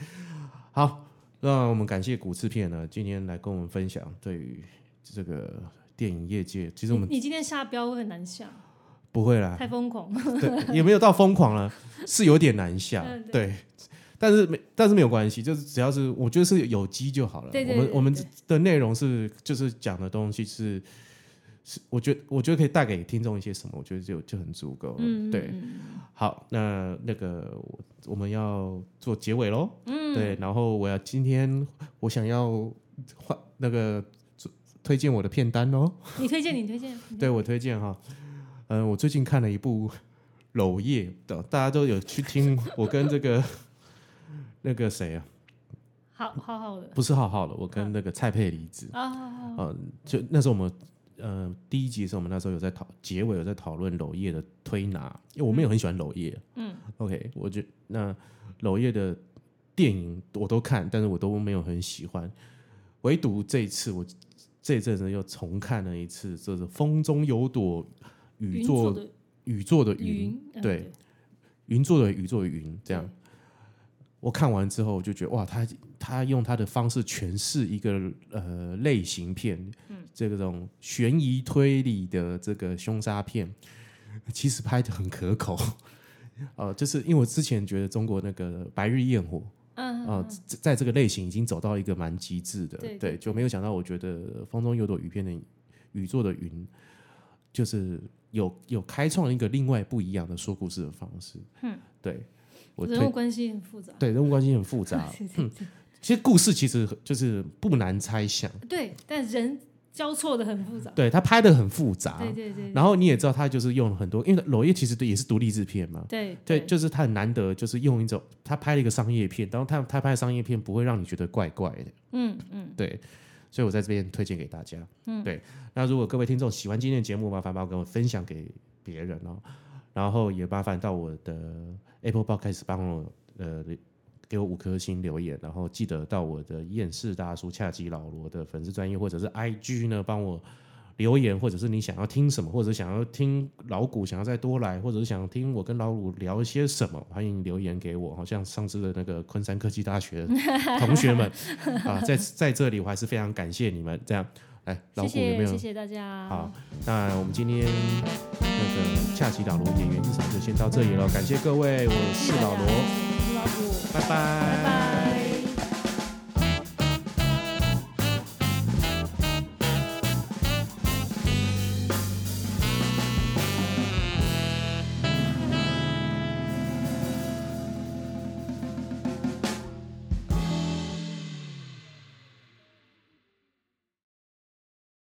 S1: 好，那我们感谢古制片呢，今天来跟我们分享对于这个电影业界，其实我们
S2: 你你今天下标会很难下，
S1: 不会
S2: [laughs]
S1: 啦，
S2: 太疯狂，
S1: 对，也没有到疯狂了，是有点难下
S2: 嗯，对
S1: 对。但是没，但是没有关系，就是只要是我觉得是有机就好了。
S2: 对对对对
S1: 我们我
S2: 对
S1: 们的内容是就是讲的东西是是，我觉得我觉得可以带给听众一些什么，我觉得就就很足够了。
S2: 嗯，
S1: 对，
S2: 嗯
S1: 好，那那个我我们要做结尾喽。嗯，对，然后我要今天我想要换那个推荐我的片单哦。
S2: 你推荐你推荐，
S1: 对我推荐哈，嗯、我最近看了一部《娄烨》的，大家都有去听我跟这个那个谁啊，
S2: 好好好的嗯
S1: 不是浩浩了，我跟那个蔡佩离子，
S2: 啊，好好好
S1: 就那时候我们。呃，第一集的时候，我们那时候有在讨结尾有在讨论娄烨的推拿，因为我没有很喜欢娄烨，
S2: 嗯
S1: ，OK，我觉那娄烨的电影我都看，但是我都没有很喜欢，唯独这一次我这一阵子又重看了一次，就是《风中有朵雨
S2: 云
S1: 做
S2: 的
S1: 雨做的云，
S2: 云，嗯
S1: 对云做的雨做的云，这样。我看完之后，我就觉得哇，他他用他的方式诠释一个呃类型片，
S2: 嗯
S1: 这种悬疑推理的这个凶杀片，其实拍的很可口。 [laughs] 呃，就是因为我之前觉得中国那个《白日焰火》
S2: 嗯，
S1: 啊、在在这个类型已经走到一个蛮极致的，
S2: 对对
S1: 就没有想到，我觉得《风中有朵雨片的雨做的云》，就是有有开创一个另外不一样的说故事的方式。嗯，对我
S2: 人物
S1: 推
S2: 关系很复杂，，
S1: 对人啊嗯物关系很复杂
S2: [laughs] 对对
S1: 其实故事其实就是不难猜想，
S2: 对对，但人交错的很复杂，
S1: 对他拍的很复杂，
S2: 对对对
S1: 然后你也知道他就是用了很多，因为娄烨其实也是独立制片嘛，
S2: 对
S1: 对，就是他很难得，就是用一种他拍了一个商业片，然后他他拍的商业片不会让你觉得怪怪的，
S2: 嗯嗯，
S1: 对，所以我在这边推荐给大家。嗯，对。那如果各位听众喜欢今天的节目，麻烦帮我跟我分享给别人哦，然后也麻烦到我的 Apple Podcast 帮我呃给我五颗星留言，然后记得到我的厌世大叔恰吉老罗的粉丝专业或者是 IG 呢帮我。留言，或者是你想要听什么，或者想要听老谷想要再多来，或者是想听我跟老谷聊一些什么，欢迎留言给我。好像上次的那个昆山科技大学的同学们，啊，在在这里我还是非常感谢你们。这样，来，老
S2: 谢
S1: 虎有没有
S2: 谢谢？谢大家，
S1: 好，那我们今天那个恰吉老罗演员日常就先到这里了，感谢各位，我是老罗，
S2: 谢谢大家我是老虎，
S1: 拜拜
S2: 拜拜。